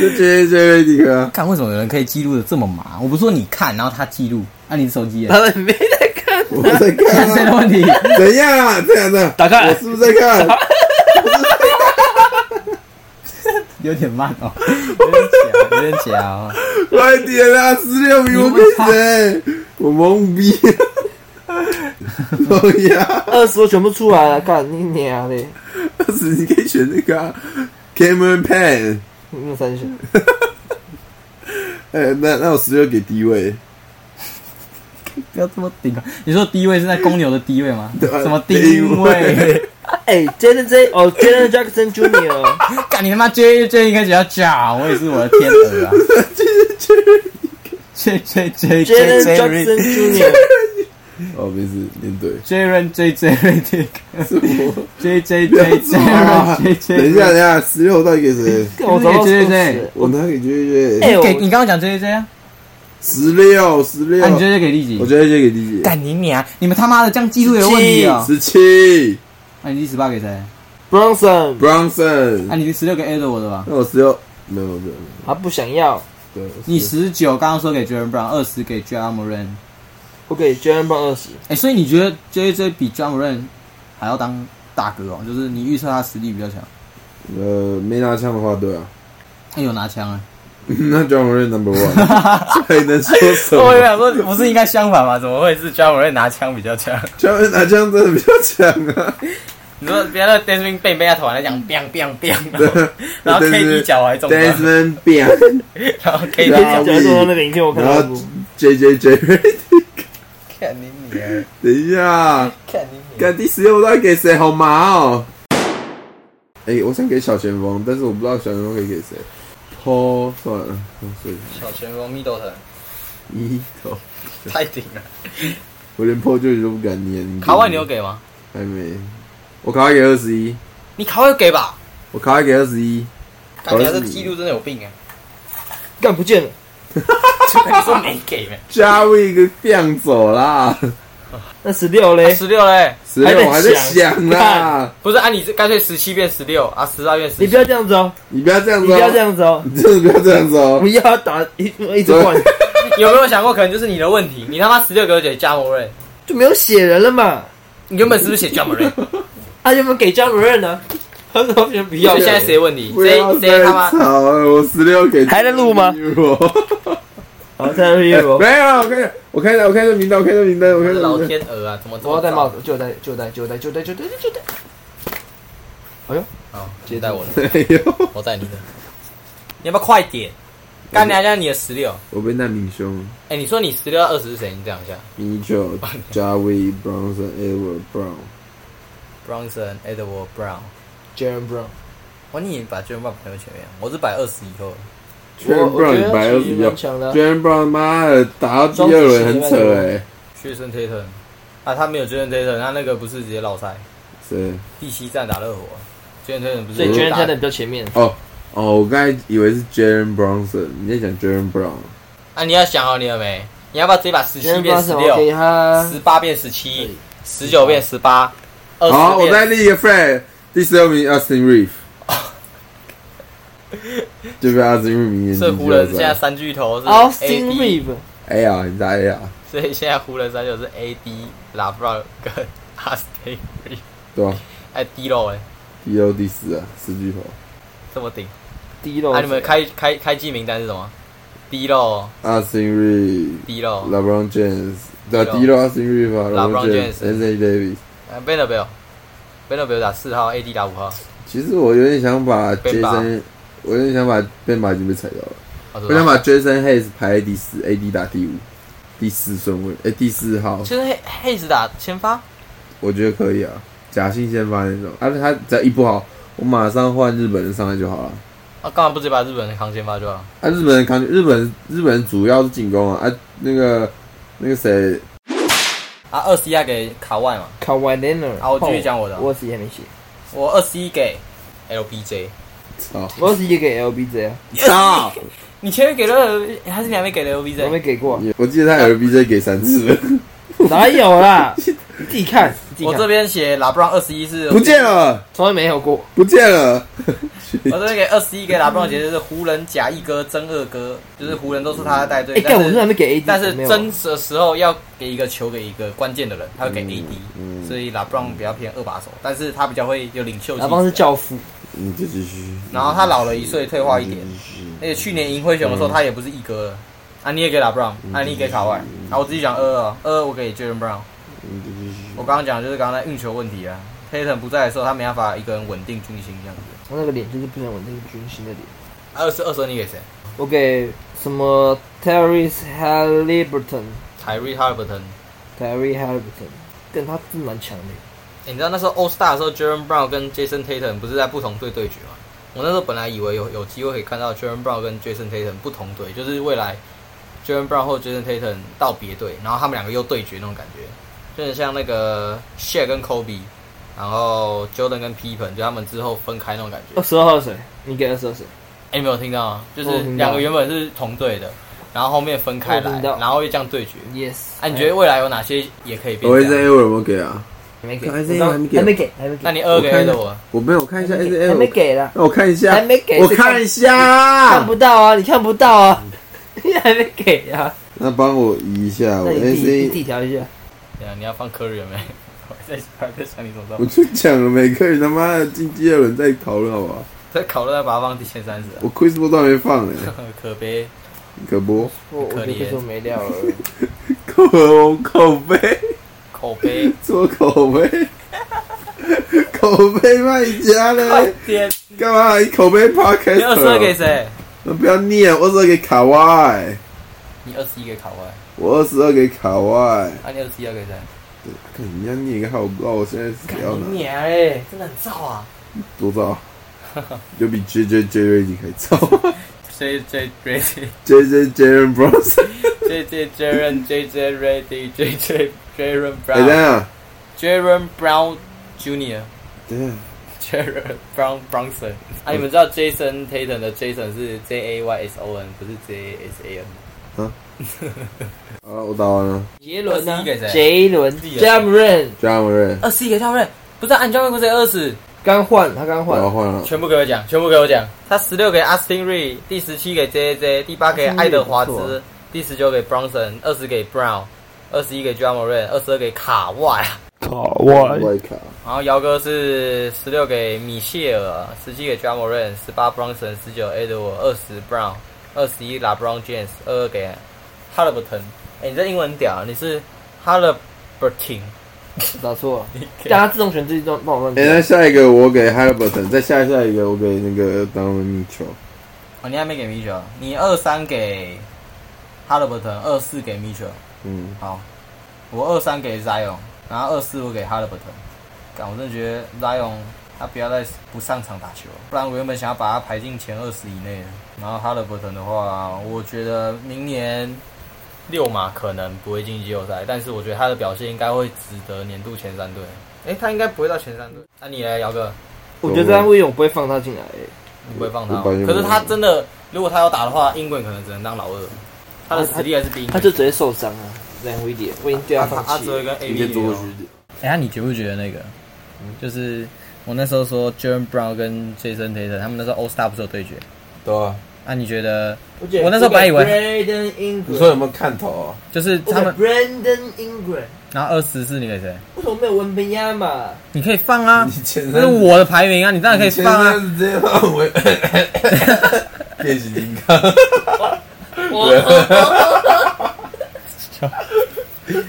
S4: 就 J J 那个，
S1: 啊看为什么有人可以记录的这么麻？我不是说你看，然后他记录，那、你手机耶
S2: 他们没在看，
S4: 我在
S1: *laughs* 看谁
S4: 看
S1: 的
S4: 啊，
S1: 问题？
S4: 怎样啊？这样的，
S2: 打开
S4: 我是不是在看？
S1: 有点慢哦，有点假，有点假哦。
S4: 快点啊！十六名我跟谁？我懵逼。 *laughs* 老呀，
S2: 二十我全部出来了，干你娘嘞！
S4: 二十你可以选那个、啊、Cameron Pan，
S2: 你没有三选，
S4: 哎、那那我十六给低位，
S1: 不要这么顶啊！你说低位是在公牛的低位吗？
S4: 对啊
S1: 什么低位？
S2: 哎，Jalen J 哦，Jalen Jackson Jr.
S1: 干你他妈 J J 应该叫假，我也是我的天鹅啊！J J
S2: *laughs*
S1: J J
S2: Jalen
S1: J
S2: Jackson
S1: J
S2: Jr.
S4: 哦，没事，面
S1: *laughs*
S4: 对
S1: Jaren J J Redick
S4: 是我。
S1: J J
S4: 不
S1: J
S4: 要走
S1: Jaren
S4: 啊
S1: J J
S4: 等一下，等一下，十六到底给谁？
S2: 干我找到
S1: 对对
S2: 死
S1: 对
S2: 了
S4: 我拿给 J
S2: 哎
S4: J。
S1: 给你刚刚讲 J J J 啊？
S4: 十六，十六
S1: 那。你 J J 给利己
S4: 我？J J 给李姐。
S1: 干你娘！你们他妈的这样记录有问题啊！
S4: 十七
S1: 那你第十八给谁？
S2: Bronson
S4: ，Bronson。
S1: 那你第十六给 Edward 吧？
S4: 那我十六，没有没有没
S2: 他不想要，
S4: 有。对
S1: 你十九刚刚说给 Jaren Brown，二十给 Jalen Moran。
S2: 我给 Jalen Brown 二十。
S1: 哎、所以你觉得 J J 比 John Moran 还要当大哥哦？就是你预测他实力比较强。
S4: 呃，没拿枪的话，对啊， *laughs*
S1: 他、有拿枪啊？
S4: 那 John Moran number one，还能说什
S1: *laughs* 我
S4: 么
S1: 想说，啊不是应该相反吗？怎么会是 John Moran 拿枪比较强？
S4: ？John Moran 拿枪真的比较强啊，
S1: 你说别的 d a n c i n g 被被他投完来讲 biang biang *laughs* biang，
S4: 对
S1: 然后
S4: Desmond-
S1: KD 脚还中断，
S4: Desmond b a n
S1: *laughs* 然后
S2: 你
S1: KD
S2: 可以
S4: 然
S1: 脚
S4: 后
S2: 讲讲说那影哎片我看
S4: 然
S2: 到
S4: 后 J J J， *laughs*
S1: 看你娘，
S4: 等一下，
S1: 看你娘。
S4: 干第十六到底给谁？好麻哦。哎、我想给小前锋，但是我不知道小前锋可以给谁。Paul 算了，我睡
S1: 小前锋 Middleton
S4: 一头，
S1: 太顶了，
S4: 我连 Paul 就都不敢念。
S1: 卡外你有？给吗？
S4: 还没，我卡外给二十一，
S1: 你卡外有给吧？
S4: 我卡外给二十一。
S1: 感觉这记录真的有病哎、 *laughs*
S2: 干不见了，
S1: 你说没给没？
S4: 加位一个变走啦， *laughs*
S2: 那十六嘞，
S1: 啊十六嘞，
S4: 十六我还
S2: 还
S4: 在
S2: 在
S4: 想啦，
S1: 不是啊？你这干脆十七变十六啊，十八变十
S2: 你不要这样子哦，
S4: 你不要这样
S2: 你
S4: 子、
S2: 不
S4: 哦，
S2: 要这，样子哦，
S4: 你 *laughs* 真的不要这样子
S2: 不
S4: 哦。
S2: 要打一一直换，
S1: 有没有想过，可能就是你的问题？你他妈十六给我写加莫瑞，
S2: *laughs* 就没有写人了嘛。啊
S1: 你原本是不是写加莫 *laughs* 瑞？
S2: 他原本给 John Moran 呢，他说全不要
S1: 所以，现在谁有问题？
S4: 不
S1: 谁
S4: 要
S1: 谁
S4: 再
S1: 他妈
S4: 吵了，我十六给
S2: 还在录吗
S4: 我
S2: 好，再来
S4: 哎没
S2: review
S4: 有，我
S2: 哦。
S4: 看一下，我看一下，我看一下名单，我看一下名单，我看一下
S1: 老
S4: 名单。
S1: 天鹅啊？怎么这
S2: 我
S1: 么
S2: 要戴
S1: 早
S2: 帽？子，就戴，就戴，就戴，就戴，就戴，就戴。
S1: 好，哦接待我的，
S4: 哎呦，
S1: 我带你的。你要不要快点？干娘家你的十六，
S4: 我被难民凶。
S1: 哎，你说你十六到二十是谁？你讲一下。
S4: Mitchell, Javi, Bronson, Edward, Brown。
S1: Bronson Edward Brown，
S2: Jalen Brown，
S1: 我你把 j a m e Brown 排到前面，我是摆二十以后。
S4: Jalen
S2: 我我
S4: Brown
S2: 觉
S4: 一百
S2: 得
S4: 二
S2: 其
S4: 十
S2: 实
S4: 六
S2: 蛮强的啊。
S4: ，Jalen Brown 妈的打到第二轮很扯哎、欸，
S1: 学生 Tatum 啊，他没有 j a m e Tatum，他那个不是直接落赛，
S4: 谁？
S1: 第七站打热火 j a m e Tatum 不是
S2: 所以 Jalen
S1: 打
S2: Tatum 比较前面。
S4: 哦哦，我刚才以为是 Jalen Bronson，你在讲 Jalen Brown，
S1: 啊，你要想好你了没？你要不要直接把十七
S2: Jalen
S1: 变
S2: Brown
S1: 十
S2: 是我给
S1: 六，
S2: 他
S1: 十八变十七，十九变十八，二
S4: 好，
S1: 十
S4: 我再
S1: 变
S4: 立一个 flag，第十六名 Austin
S2: *laughs*
S4: Reeve，就被 Austin Reeve 明年
S1: 这
S4: 进
S1: 湖人
S4: 季后
S1: 现在
S4: 赛。
S1: 三巨头是
S2: Austin
S1: AD，
S2: Reeve，
S4: 哎呀，你打哎呀，
S1: 所以现在湖人三巨头是 AD、LeBron 跟 Austin Reeves，
S4: 对吧？
S1: *laughs* 哎，D 喽哎，
S4: 第六第四啊，四巨头，
S1: 这么顶。
S2: 第一楼
S4: 哦
S1: 啊，。你们开开开季名单是什么？D 喽
S4: Austin Reeve。
S1: ，D 喽
S4: LeBron James，对啊
S1: Dilo
S4: ，D. Austin Reeve 啊
S1: LeBron
S4: ，LeBron
S1: James
S4: James，Anthony Davis。
S1: b e n a b e l b e n a b e l 打四号，AD 打五号。
S4: 其实我有点想把
S1: Ben 吧
S4: Jason，我有点想把 Ben 吧已经被踩掉了，
S1: 我
S4: 我想把 Jason Hayes 排在第四，AD 打第五，第四顺位，哎，第四号，
S1: 就是黑黑子打先发，
S4: 我觉得可以啊，假性先发那种，而且他只要一不好，我马上换日本人上来就好了。
S1: 啊，干嘛不直接把日本人扛先发就好？
S4: 啊，日本人扛，日本日本人主要是进攻啊，啊，那个那个谁，
S1: 啊，二十一要给卡万嘛，
S2: Kawhi Leonard。
S1: 啊我继续讲我的
S2: 我自己还没写，
S1: 我二十一给 LBJ。
S4: 操
S2: 我自己给 LBJ 啊，
S4: *laughs* 操，
S1: 你前面给了，还是你还没给了 LBJ？
S2: 我没给
S1: 嗯
S2: 过啊，
S4: 我记得他 LBJ 给三次了，
S2: 哪有
S1: *laughs*
S2: 啦？你自己看，你自己
S1: 我这
S2: 看，
S1: 边写 LeBron 二十一是
S4: 不见，了，
S2: 从来没有过。
S4: 不见了。
S1: 我这边给二十一给 LeBron，其实是湖人假一哥真二哥，就是湖人都是他在带队
S2: 哎，，
S1: 但
S2: 干，我真的还
S1: 是
S2: 没给 AD，
S1: 但是
S2: 没有啊
S1: 真的时候要给一个球给一个关键的人，他会给 AD，、
S4: 嗯嗯
S1: 所以 LeBron 比较偏二把手，但是他比较会有领袖气
S2: 哪方是
S1: 质。
S2: 教父？
S4: 你就继续。
S1: 然后他老了一岁，退化一点。而且去年赢灰熊的时候，
S4: 嗯
S1: 他也不是一哥了。啊，你也给 LeBron，啊，你也给卡外。
S2: 嗯
S1: 啊，我自己讲二二，二二我给 Jalen Brown。
S4: 你就继续
S1: 我刚刚讲的就是刚才运球问题啊。Tatum 不在的时候，他没办法一个人稳定军心这样子。
S2: 我那个脸就是不能稳定军心的脸。
S1: 二十二十，你给谁？
S2: 我给什么 Terry Halliburton，
S1: Tyree Halliburton。
S2: Terry Halliburton，但他真的蛮强的，
S1: 欸你知道那时候 All Star 的时候 j e r e m Brown 跟 Jason Tatum 不是在不同队对决吗？我那时候本来以为有有机会可以看到 j e r e m Brown 跟 Jason Tatum 不同队，就是未来 j e r e m Brown 或 Jason Tatum 到别队，然后他们两个又对决那种感觉，就很像那个 Shaq 跟 Kobe，然后 Jordan 跟 Pippen，就他们之后分开那种感觉。
S2: 二十二号是谁？你给二十二谁？
S1: 哎、你没有听到吗？就是
S2: 哦我有听到
S1: 两个原本是同队的，然后后面分开
S2: 我有
S1: 来，
S2: 听到
S1: 然后又这样对决。
S2: Yes，
S1: 哎、你觉得未来有哪些也可以变
S4: 我 S
S1: 这
S4: A
S1: 样？
S4: 我有没有给啊？
S2: 没给？
S4: 还是
S2: 我刚
S4: 还没给
S2: 还没给，还没给。
S1: 那你二给
S4: 我看一下
S1: 的我，
S4: 我没有看一下 S
S2: 还
S4: A，
S2: 没给啦，
S4: 那我看一下，
S2: 还没给
S4: 我看一下
S2: 看。不到啊，你看不到啊， *laughs* 你还没给啊？
S4: 那帮我移一下，我
S2: 那你自
S4: S
S2: 己你自
S4: A，
S2: 己调一下。
S1: 等一哎下你要放 Curry 了没？ *laughs* 我在还在想你怎么知道
S4: 我就讲了，每个人他妈的进第二轮再讨论好不好？
S1: 在考虑要把它放进前三十、啊
S4: 我 Chris Paul 都还没放呢，
S1: *laughs* 可悲。
S4: 可不？
S2: 我我觉得说没料了，
S4: 口口碑，
S1: 口 *laughs* 碑，
S4: 做口
S2: *laughs*
S4: 碑，口碑卖家
S1: 快
S4: 嘞？
S1: 点！
S4: 干嘛？你口碑 podcast？
S1: 你二十二给？谁？
S4: 不要念，我二十二给卡哇、欸，
S1: 你二十一给考外，
S4: 我二十二给卡哇、欸。
S1: 啊，你二十一要给谁？
S4: 看人家念一个还我不知道我现在谁要拿
S1: 娘嘞，真的很燥啊
S4: 多少，有比 J J J r a d y 还糟
S1: ！J J Ready
S4: ，J J Jaren Bronson。
S1: *laughs* J J Jaren J J Ready J J Jaren
S4: 哎，
S1: Brown
S4: 等一下，
S1: Jaren Brown Junior *laughs*
S4: 等一下，
S1: Jaren Brown Bronson。啊，你们知道 Jason Tatum 的 Jason 是 J A Y S O N，不是 J A S A N。
S4: 好了，我打完了。
S2: 杰
S1: 伦
S2: 伦
S1: 呢
S2: 呢？杰伦
S1: 自己给谁
S2: j a m r a n
S4: 加我瑞，
S1: 二十一给教练，不是啊，你教练不是二十？
S2: 刚换，他刚
S4: 我
S2: 换。
S4: 要换了。
S1: 全部给我讲，全部给我讲。他十六给 Austin Reed，第十七给 JJ，第八给爱德华
S2: 不错
S1: 兹，第十九给 Bronson，二十给 Brown，二十一给 j a m o r a n 二十二给卡哇。
S4: 外卡，
S1: 然后姚哥是十六给米歇尔，十七给 j a m o r a n 十八 Bronson，十九 Edward，二十 Brown，二十一 LeBron James，二二给 Halliburton。哎，你这英文很屌，你是 Halliburton。
S2: 打错了，让他自动选自己动，帮我乱
S4: 哎，那下一个我给 Halliburton，再下下一个我给那个 Donovan Mitchell。
S1: 哦，你还没给 Mitchell，你二三给 Halliburton，二四给 Mitchell。
S4: 嗯，
S1: 好，我二三给 Zion，然后二四我给哈勒伯特。干，我真的觉得 Zion 他不要再不上场打球了，不然我原本想要把他排进前二十以内的。然后哈勒伯特的话，我觉得明年六马可能不会进季后赛，但是我觉得他的表现应该会值得年度前三队。诶，他应该不会到前三队。那、你来，姚哥，
S2: 我觉得这样魏勇不会放他进来、欸
S1: 你不会放他吗
S4: 我我感觉
S1: 可是他真的，如果他要打的话，英棍可能只能当老二。他的实力还是比英
S2: 他
S1: 棍
S2: 就直接受伤啊。然后一点，我已经对他
S1: 他
S2: 放
S1: 他
S2: 弃
S1: 只会
S2: 了。
S1: 跟 A B 流。哎、那你觉不觉得那个，就是我那时候说 j e r e m Brown 跟 Jason Tatum 他们那时候 All Star 不是有对决？
S4: 对啊，
S1: 那、你觉得
S2: 我
S1: 我那时候本来以为
S2: Brandon Ingram，
S4: 有没有看头啊？
S1: 就是
S2: 我给
S1: 他们，
S2: Brandon Ingram，
S1: 然后二十四你给谁？
S2: 为什么没有文本亚嘛？
S1: 你可以放啊，
S4: 前
S1: 这是我的排名啊，你当然可以放啊。
S4: 直接放
S1: *laughs*
S4: 我变形金刚。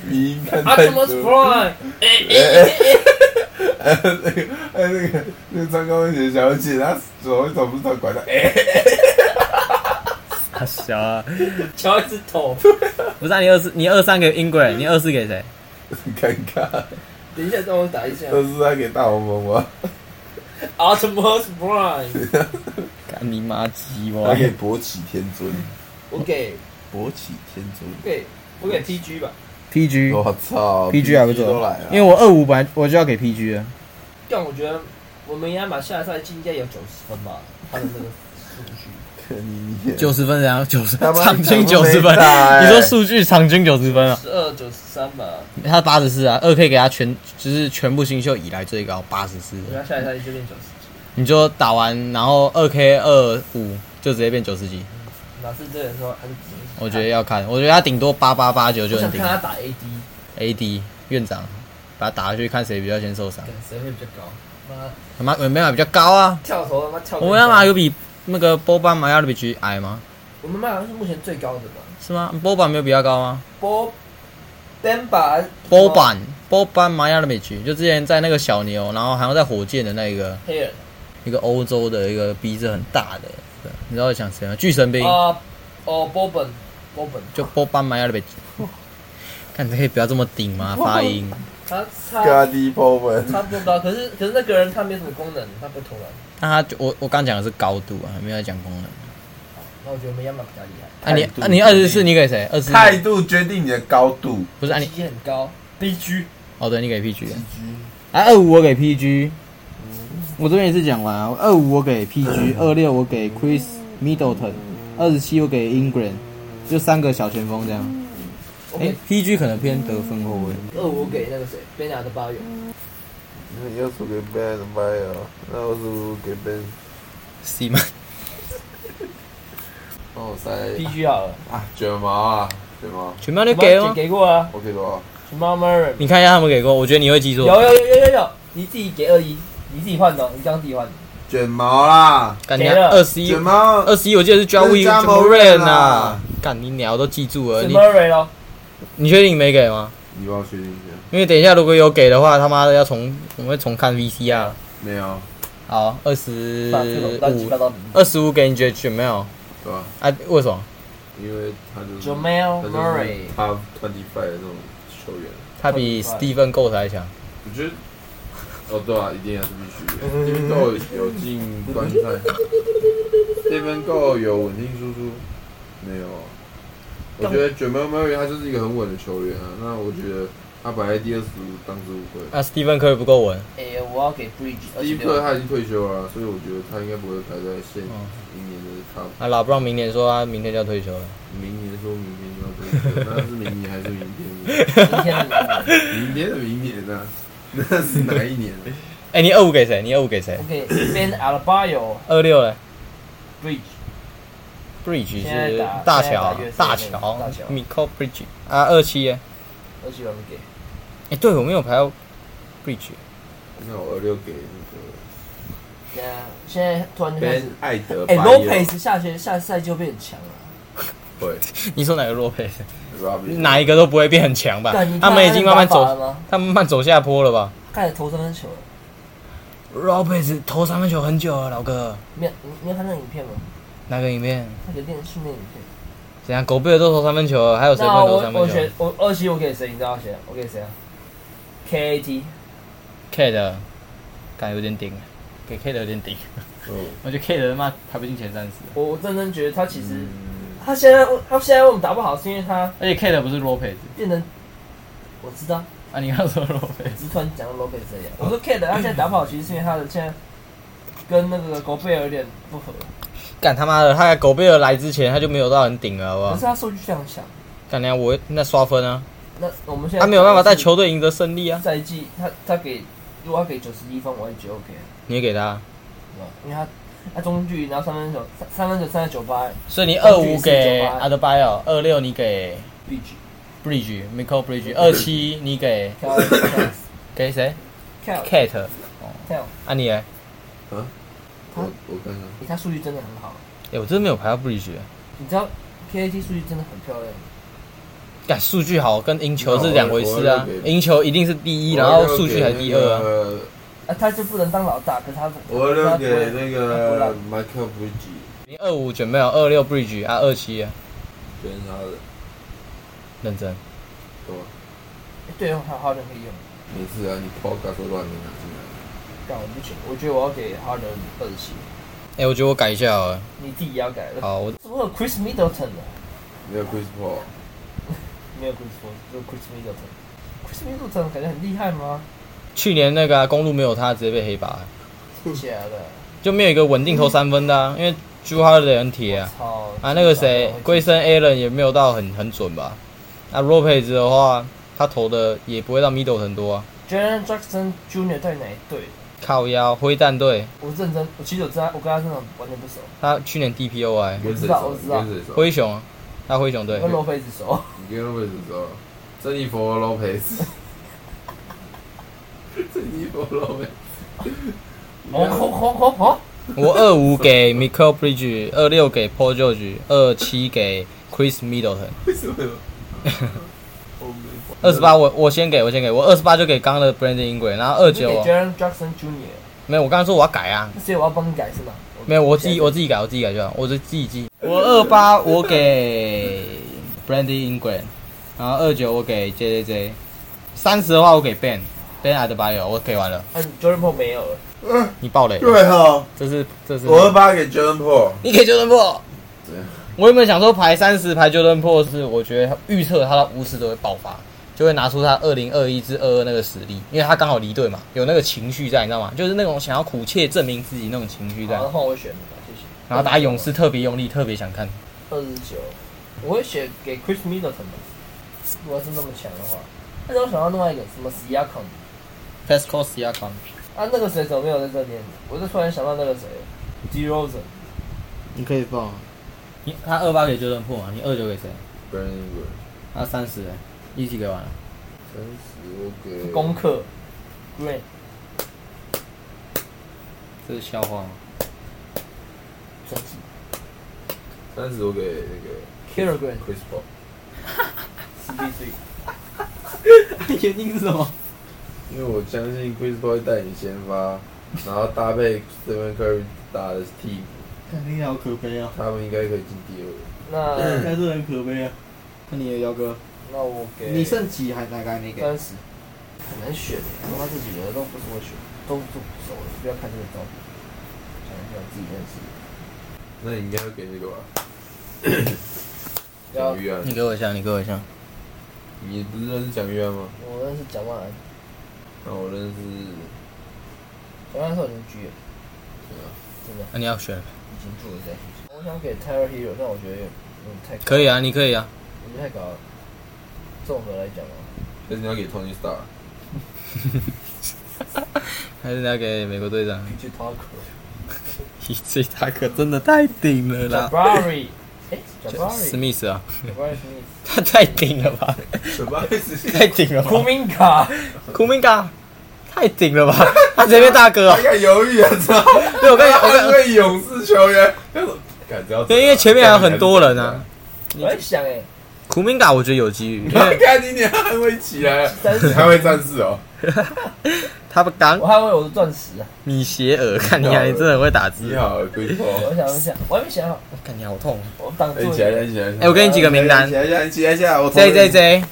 S4: 你应该
S2: Optimus Prime，
S4: 哎，那个，哎，那个，那个穿高跟鞋小姐，她手一走不是她拐到，哎、
S1: 他小啊，
S2: 乔一只头。
S1: 不是、啊、你二四，你二三给 Ingram，你二四给谁？
S4: 很尴尬。
S2: 等一下，让我打一下。
S4: 都是她给大黄蜂吗？
S2: Optimus Prime，
S1: 干你妈鸡
S4: 她
S1: 哇！
S4: 给勃起天尊，
S2: 我给，
S4: 勃起天尊，
S2: 给，我给 PG 吧。
S1: PG
S4: 我操
S1: PG 还不
S4: 都
S1: 错
S4: 来，了，
S1: 因为我二五本来我就要给 PG 了。
S2: 但我觉得文本亚马下赛季应该有九十分吧，他的那个
S1: *laughs*
S2: 数据。
S4: 看你一眼
S1: 九十分怎样？九十
S4: 他妈
S1: 场均九十
S4: 你
S1: 分
S4: 讲都没打，欸
S1: 你说数据场均九十分啊？
S2: 十二九十三吧，
S1: 他八十四啊，二 K 给他全就是全部新秀以来最高八十四
S2: 我，觉得下一赛季就变九十几，
S1: 你就打完然后二 K 二五就直接变九十几，
S2: 哪是这个时候还是只能
S1: 我觉得要看，我觉得他顶多八八八九就
S2: 我
S1: 能
S2: 想
S1: 顶
S2: 看
S1: 了。
S2: 他打 AD，
S1: AD 院长把他打下去看谁比较先受伤，
S2: 看谁会比较高。妈
S1: 他妈没办法比较高啊，
S2: 跳投他妈跳，
S1: 我们要马有比那个波巴马亚比局矮吗？
S2: 我们妈好像是目前最高的吧。
S1: 是吗？波巴没有比较高吗？
S2: 波 Bamba
S1: 波板波班马亚比局就之前在那个小牛，然后还有在火箭的那个。
S2: 黑人
S1: 一个欧洲的一个鼻子很大的，对你知道我
S2: 哦
S1: 想谁吗？巨神兵、
S2: 啊，哦 Boban Boban
S1: 就波班马亚的北极。看你可以不要这么顶吗？发音
S2: 他
S4: 嘎
S2: 他
S4: 低波纹，
S2: 他不高，可是可是那个人他没什么功能，他不会投篮。
S1: 那他就我我刚讲的是高度啊，还没有在讲功能。
S2: 那我觉得我们亚马比较厉害，
S1: 啊你
S4: 态度
S1: 啊你二十四你给谁？二十四
S4: 态度决定你的高度。
S1: 不是啊你
S2: 级很高，BG
S1: 哦对你给 PG 的啊二五我给 PG，我这边也是讲完啊，二五我给 PG，二六我给 Chris Middleton，二十七我给 Ingram，就三个小前锋这样。哎、
S5: OK，
S1: p g 可能偏得分后卫，
S5: 二五给那个谁，贝纳的八元，
S4: 你要输给 Ben 怎么办呀？那我输给 Ben。
S1: 是吗？
S4: 哦，塞
S2: BG 好了，
S4: 啊，卷毛啊，卷毛，
S1: *laughs* 全班都给
S2: 我
S1: 哦。
S2: 给过啊，
S4: 我给多少？
S2: 什么 m a r
S1: 你看一下他们给过，我觉得你会记
S2: 有
S1: 错。
S2: 有有有有有，你自己给二一，你自己换的哦，你这样自己换的。
S4: 卷毛啦，
S1: 干你
S2: 谁了
S1: 二十一
S4: 卷，毛，
S1: 二十一，我记得是 j o
S4: 那
S1: w
S4: 是
S1: i
S4: Ja
S1: m o r a n
S4: Morant
S1: 啊
S4: 啊。
S1: 干你鸟都记住了，
S2: 是
S1: 呃你
S2: Murray 咯，
S1: 你确定你没给吗？
S4: 你帮我确定一下。
S1: 因为等一下如果有给的话，他妈的要重我们会重看 VCR。
S4: 没有，
S1: 好，二十
S2: 把这种乱七八
S1: 呃五，
S2: 糟的。
S1: 二十五给你觉得 Jamal
S4: 对吧？
S1: 啊？为什么？
S4: 因为他就是
S2: Jamal
S4: 他就是
S2: Murray
S4: Top Twenty Five 的那种球员。
S1: 他比
S2: Spotify
S1: Stephen 够才强。
S4: 我觉得，哦对啊，一定还是必须
S2: 嗯
S4: 的，因为都有有进观赛。这边够有稳定输出，没有啊。我觉得卷毛 Murray 他就是一个很稳的球员啊，那我觉得他摆在第二十五当之无愧。
S1: 那啊 Stephen 可以不够稳，
S2: 哎，我要给 Bridge 二
S4: 第
S2: 十
S4: 一个
S2: 六，
S4: 他已经退休了啊，所以我觉得他应该不会排在现
S2: 哦
S4: 明年的 top。
S1: 啊，老布朗明年说他明天就要退休了。
S4: 明年说明天就要退休，那是明年还是明天？
S2: 今天的名字
S4: 明年的明年
S2: *laughs*
S4: 呢、啊？那是哪一年？啊
S1: 哎，你二五给谁？你二五给谁
S2: 我？给 *laughs* Ben Albayo
S1: 二六嘞
S2: Bridge，
S1: ，Bridge
S2: 现在
S1: 是
S2: 打
S1: 大乔
S2: 现在，打
S1: 大
S2: 越秀那
S1: 乔
S2: 个大乔
S1: ，Michael Bridge 啊，二七耶。
S2: 二十六我们给
S1: 哎，对我没有排到 Bridge，
S4: 那我二六给那
S2: 现在现在突然
S4: 个
S2: 就开
S4: Ben
S2: 始，
S4: 艾德
S2: *laughs* 哎
S4: 白夜。
S2: ，Lopez 下学下赛季就变很强了。
S4: 对
S1: 你说哪个
S2: *laughs*
S1: Lopez？
S4: ，Robin
S1: 哪一个都不会变很强吧
S2: 但你？
S1: 啊他
S2: 看
S1: 们已经慢慢
S2: 打法了
S1: 走，
S2: 吗？
S1: 他们慢慢走下坡了吧
S2: 开始投三分球了，
S1: ？Lopez 投三分球很久了，老哥，
S2: 没有你你有看那个影片吗？
S1: 哪个影片？
S2: 那个练训练影片。
S1: 怎样？狗贝尔都投三分球了，还有谁不
S2: 那
S1: 能投
S2: 我
S1: 三
S2: 我
S1: 分球
S2: 选我二七我给谁？你知道谁？我给谁啊？KAT
S1: ？Kate，感觉有点顶，给 Kate 有点顶。
S4: 哦，
S1: 我觉得 Kate 他妈排不进前三十，
S2: 我我认真觉得他其
S1: 嗯
S2: 实，他现在他现在为我们打不好，是因为他
S1: 而且 Kate 不是 Lopez
S2: 变成，我知道，
S1: 啊，你刚说 Lopez
S2: 只是突然讲到 Lopez 这样。我说 Kate 他现在打不好，其实是因为他的现在跟那个狗贝尔有点不合，
S1: 干他妈的，他在狗贝尔来之前他就没有到很顶了，好不好
S2: 可是？啊他数据非常强。
S1: 干娘我那刷分啊，
S2: 那我们现在
S1: 他没有办法带球队赢得胜利啊，
S2: 赛季，他他给如果他给九十一分，我也觉得 OK，
S1: 你也给他，
S2: 因为他他中距离然后三分球三三分球三十九八
S1: 所以你二
S2: 二
S1: 五
S2: 五
S1: 给
S2: 给
S1: 阿德巴尔，二六你给
S2: B G
S1: Bridge Michael Bridge，二七你给
S2: Cal Cal
S1: 给谁
S2: Cal
S1: ？Kate，
S2: Cal，
S1: 啊你哎，
S4: 我我看看，
S2: 他数据真的很好，
S1: 哎我真的没有排到 Bridge，
S2: 你知道 K A T 数据真的很漂亮。
S1: 干数据好跟赢球是两回事啊
S4: 我我要，给
S1: 赢球一定是第一，然后数据还第二啊。
S4: 啊。
S2: 啊，他就不能当老大，可是他
S4: 我二
S2: 他
S4: 六
S2: 不
S4: 给
S2: 会
S4: 那
S2: 啊他不
S4: 个
S2: 让
S4: Michael Bridge，
S1: 你二五准备有二六 Bridge 啊，二七
S4: 跟他的，
S1: 认真。
S4: 对吧？
S2: 对，还有哈登可以用。
S4: 没事啊，你 Podcast 都乱的拿进来，
S2: 但我不行，我觉得我要给哈登二十七，
S1: 哎、我觉得我改一下好了。
S2: 你自己也要改了。
S1: 好，我
S2: 怎么有 Chris Middleton 呢？
S4: 没有 Chris Paul，
S2: 没有 Chris Paul，只有 Chris Middleton。Chris Middleton 感觉很厉害吗？
S1: 去年那个啊、公路没有他，直接被黑拔，嗯
S2: 假的，
S1: 就没有一个稳定投三分的、啊，因为朱哈的很铁啊。
S2: 操！
S1: 啊，那个谁，龟
S2: 身
S1: 森 Allen 也没有到很很准吧？那 Lopez 的话，他投的也不会到 Middleton 多啊。
S2: Jaren Jackson Jr. 到底哪一队？
S1: 靠腰灰蛋队，
S2: 我认真，我其实我知道，我跟他真的完全不熟，
S1: 他去年 DPOI，
S4: 跟谁
S2: 知道
S4: 熟
S2: 我知道
S4: 跟谁熟？
S1: 灰熊，啊他灰熊队
S2: 我跟。罗佩子熟。
S4: 你跟 Lopez 熟？珍妮佛 Lopez，珍妮佛 Lopez，
S2: 哦吼吼吼吼！
S1: 我二五给 Michael Bridge，二六给 Paul George，二七给 Chris Middleton。
S4: 为什么？我没
S1: 二十八，我我先给我先给我二十八就给刚刚的 Brandon Ingram，然后二
S2: 我给
S1: 九
S2: Jaren Jackson Jr.，
S1: 没有，我刚刚说我要改啊，
S2: 那所以我要帮你改是吗？
S1: 没有，我自己我自己改，我自己改就好，我就自己记。我二八我给 Brandon Ingram，然后二九我给 J J J，三十的话我给 Ben Ben 阿德巴友，我给完了，
S2: 嗯，Jordan p o 没有了，
S4: 嗯，
S1: 你爆雷，
S4: 对哈，
S1: 这是这是
S4: 我二八给 Jordan Paul，
S1: 你给 Jordan Paul
S4: 对。啊
S1: 我原本想说排三十排 Jordan Paul 是，我觉得他预测他到五十都会爆发，就会拿出他二零二一至二二那个实力，因为他刚好离队嘛，有那个情绪在，你知道吗？就是那种想要苦切证明自己那种情绪在
S2: 然。后换我选你吧，谢谢。
S1: 然后打勇士特别用力，特别想看。
S2: 二十九，我会选给 Chris Middleton 吧，如果是那么强的话。但是我想到另外一个什么 s i a k a m
S1: p e s c o s i a k a m
S2: 啊，那个谁怎么没有在这边？我就突然想到那个谁 d r o s e
S6: 你可以报啊，
S1: 你他二八给 Jordan Paul 嘛，你二九给谁？
S4: 不然一个
S1: 他三十，一起给完了。
S4: 三十我给
S2: n 功课 Green
S1: 这是笑话吗？
S2: 整体
S4: 三十我给那
S2: Killer Green
S4: 个 Chris Paul，
S2: CP 3
S1: 原因是什么？
S4: 因为我相信 Chris Paul 会带你先发，然后搭配 Stephen Curry 打的替补，
S1: 肯定好可悲啊！
S4: 他们应该可以进第二。
S2: 那
S1: 该是很可悲啊。嗯那你的姚哥，
S2: 那我给
S6: 你剩几还大概没给？
S2: 三十，很难选耶，他妈这几个都不是我选，都都不熟的，不要看这个照片，想一想自己认
S4: 那
S2: 识的。
S4: 你应该会给那个吧？
S2: 不要
S4: 蒋玉安，
S1: 你给我一下，你给我一下。
S4: 你不是认识蒋玉安吗？
S2: 我认识蒋万安，
S4: 那我认识，
S2: 蒋万安是我邻居耶，
S4: 对啊
S2: 真的
S1: 那、你要选？
S2: 以前住的在一起。我想给 Tyler Hero，但我觉得有点太高
S1: 可以啊，你可以啊。
S2: 我觉得太高了。综合来讲啊，
S4: 但是你要给 Tony Star，
S1: 还是你要给美国队长？ *laughs*
S2: 去 Taco
S1: 你这他可真的太顶了
S2: j a
S1: 啦
S2: b！
S1: *laughs*
S2: a r i 哎
S1: 史
S2: ，Jabari，Jabari
S1: 密斯啊， *laughs*
S2: Smith，
S1: 他太顶了吧，
S4: 什么意思？
S1: 太顶了吧！
S2: 库明卡，
S1: 库明嘎，太顶 *laughs* 了吧！他直接变大哥 *laughs*
S4: 他
S1: 啊！
S4: 敢犹豫啊，操！
S1: 对，我跟你，我
S4: 他是
S1: 跟，
S4: 个勇士球员，但是敢只要
S1: 对，因为前面还有很多人啊。。
S2: *laughs* 我在想哎，
S1: 库明嘎，我觉得有机遇，因 *laughs*
S4: 看
S1: 为
S4: 看你你还会起来，
S2: 三
S4: 你
S2: 十，
S4: 还会战士哦。
S1: 他不刚
S2: 我还以为我是钻石啊，
S1: 米歇尔，看你啊，你真的很会打
S4: 你
S1: 字，
S4: 好，龟头。
S2: 我想一想，我还没想好，
S1: 看你好痛。啊
S2: 我挡住
S4: 哎，
S2: 了
S4: 起来，起来！
S1: 哎，我给你几个名单
S4: 起来，起来，起来，起来！我
S1: ：J J J、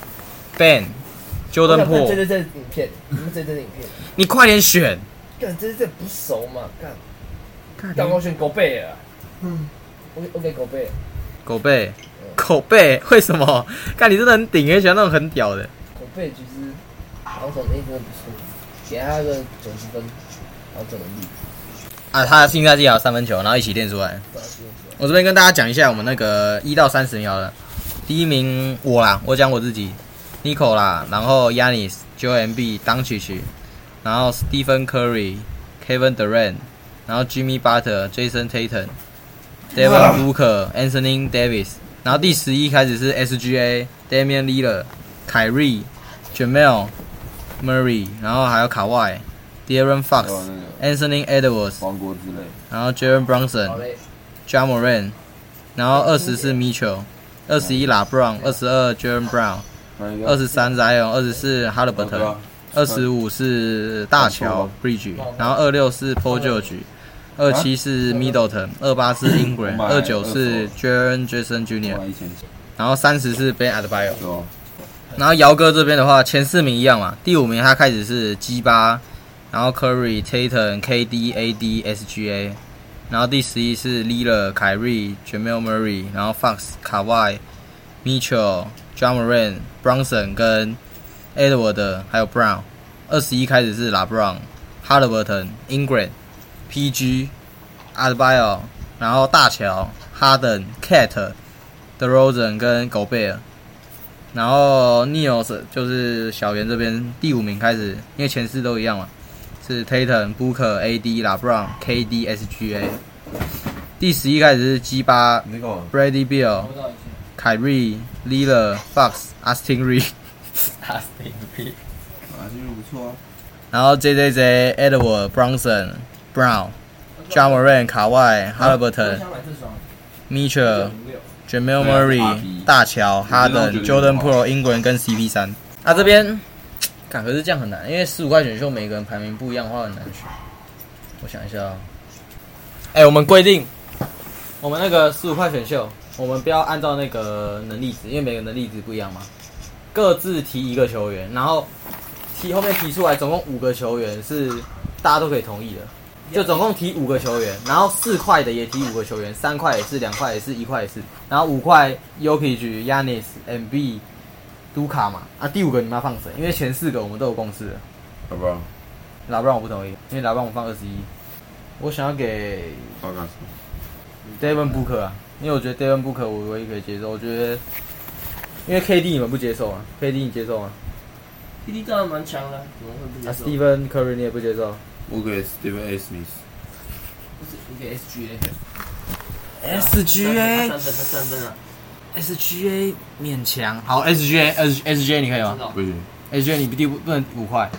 S1: Ben、
S2: 我
S1: Jordan
S2: 想看这
S1: Po，
S2: 这这影片，你们这这影片，
S1: 你快点选。
S2: 干这这不熟嘛，干，干我选狗贝尔啊，嗯，我我给狗贝尔，
S1: 狗贝，狗贝，为什么？看你真的很顶，也喜欢那种很屌的。
S2: 狗贝尔其实防守能力真的不错，给他个九十分，防守能力，
S1: 啊，他新赛季还有三分球，然后一起练出来。
S2: 不知道是不是
S1: 我这边跟大家讲一下我们那个一到三十秒的，第一名我啦，我讲我自己，Nico 啦，然后 Yanis、JMB、当曲曲，然后 Stephen Curry、Kevin Durant，然后 Jimmy Butler、Jason Tatum、Devin Booker、Anthony Davis，然后第十一开始是 SGA、Damian Lillard、凯瑞、Jamal Murray，然后还有卡外、De'Aaron Fox、Anthony
S4: 哦
S1: Edwards，
S4: 王国之类，
S1: 然后 Jalen Brunson
S2: 好。嘞，
S1: Jamoran，然后二十是 Mitchell，二十一 LaBron，二十二 Jalen Brown，
S4: 哪一
S1: 二十三 Zion，二十四
S4: 嗯啊
S1: Halliburton，二十
S4: 五
S1: 五是大乔 Bridge，然后二六是 Paul George，二七是 Middleton，二八是 Ingram，
S4: 买
S1: 二九是
S4: 二 Oh
S1: Jalen Jackson Jr，
S4: 一千
S1: 然后三十是 Ben Adbio。
S4: 多，
S1: 然后姚哥这边的话，前四名一样嘛，第五名他开始是 G 八，然后 Curry、Tatum、KD、AD、SGA，然后第十一是 l i l a 凯瑞、Jamal Murray，然后 Fox、卡外、Mitchell、Jamoran、Bronson 跟 Edward，还有 Brown。二十一开始是 LaBron、Halliburton、Ingram、PG、a d b i o 然后大乔、Harden、Cat、DeRozan 跟狗贝尔。然后 Neos 就是小圆这边第五名开始，因为前四都一样嘛，是 Tatum、Booker、AD、LaBron、KD、SGA。第十一开始是 G 八、
S4: 你干嘛？
S1: Brady b i l l
S2: 知道你
S1: 凯瑞、l i l a Fox、Austin Reed、Austin Reed，
S4: 啊，技术不错啊。
S1: 然后 J J J、Edward、Bronson、Brown、j a m o r a n 卡外、Halliburton、
S2: 啊想买这双，
S1: Mitchell、
S2: 六，
S1: Jamal
S4: 对啊大
S1: Murray、
S4: 批
S1: 大乔、哈
S4: 我觉
S1: 登、
S4: 得我觉得
S1: Jordan p r o 英国人跟 CP 三。啊，这边，感可是这样很难，因为十五块选秀每个人排名不一样的话很难选。我想一下、哦，哎、我们规定，我们那个十五块选秀，我们不要按照那个能力值，因为每个能力值不一样嘛。各自提一个球员，然后提后面提出来总共五个球员是大家都可以同意的，就总共提五个球员，然后四块的也提五个球员，三块也是，两块也是，一块也是，然后五块 u k i g Yanis、MB、杜卡嘛，啊，第五个你们要放谁？因为前四个我们都有共识了，
S4: 好不好？
S1: 拉布朗我不同意，因为拉布朗我放二十一，我想要给
S4: 报告。
S1: Devin Booker 啊，因为我觉得 Devin Booker 我唯一可以接受，我觉得因为 KD 你们不接受啊，KD 你接受吗？
S2: P D 当然蛮强的，怎么会不
S1: 啊
S2: 接受？
S1: ，Steven Curry 你也不接受，
S4: 我给 Steven A. Smith，
S2: 不是你给 S G
S7: *laughs*
S2: A。
S1: SGA
S2: 三分，他三分啊，
S1: SGA 勉强好，SGA S SGA 你可以
S2: 真
S1: 吗
S2: 的哦
S4: 不行
S1: ？SGA 你第五不能五块，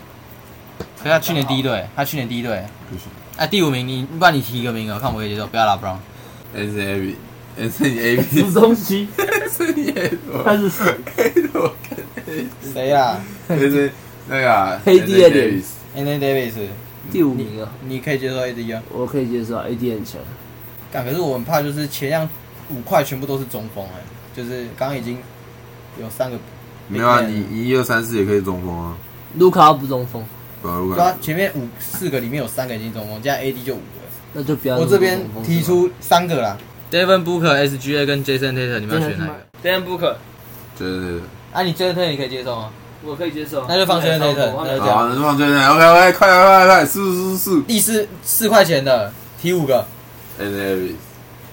S1: 可是他去年第一队，他去年第一队，
S4: 不行
S1: 哎、第五名你不然你提一个名额，看我可以接受，不要拉 Brown。
S4: ，Anthony A. B，Anthony A. *laughs*
S7: 什么
S4: B，Anthony
S7: 东西？
S4: A. B，
S7: 他是
S2: *laughs*
S7: 谁
S4: 我
S1: 谁呀
S4: 看 Anthony 那个啊
S7: KD 的脸
S4: Anthony Davis
S1: ？Anthony Davis，
S7: 第五名啊，
S1: 你可以接受 AD 啊？
S7: 我可以接受啊 AD 很强，
S1: 但可是我很怕就是前两五块全部都是中锋哎、就是刚刚已经有三个
S4: 没有啊，你一二三四也可以中锋啊，
S7: 卢卡不中锋，
S4: 对啊，如
S1: 对啊
S4: 果，
S1: 前面五四个里面有三个已经中锋，加 AD 就五个。
S7: 那就不要。
S1: 我这边提，出三个啦，Devin Booker、SGA 跟 Jason Tatum，你们要选哪一个？
S2: Dan Booker，
S4: 对对对。
S1: 啊，你 Jason Tatum 你可以接受吗？
S2: 我可以接受。啊哎
S1: 那就放 Jason Tatum，
S2: 我
S1: 那就这样
S4: 好，那就放这边。OK OK，快快快快，四四四
S1: 第四四块钱的提五个
S4: n a v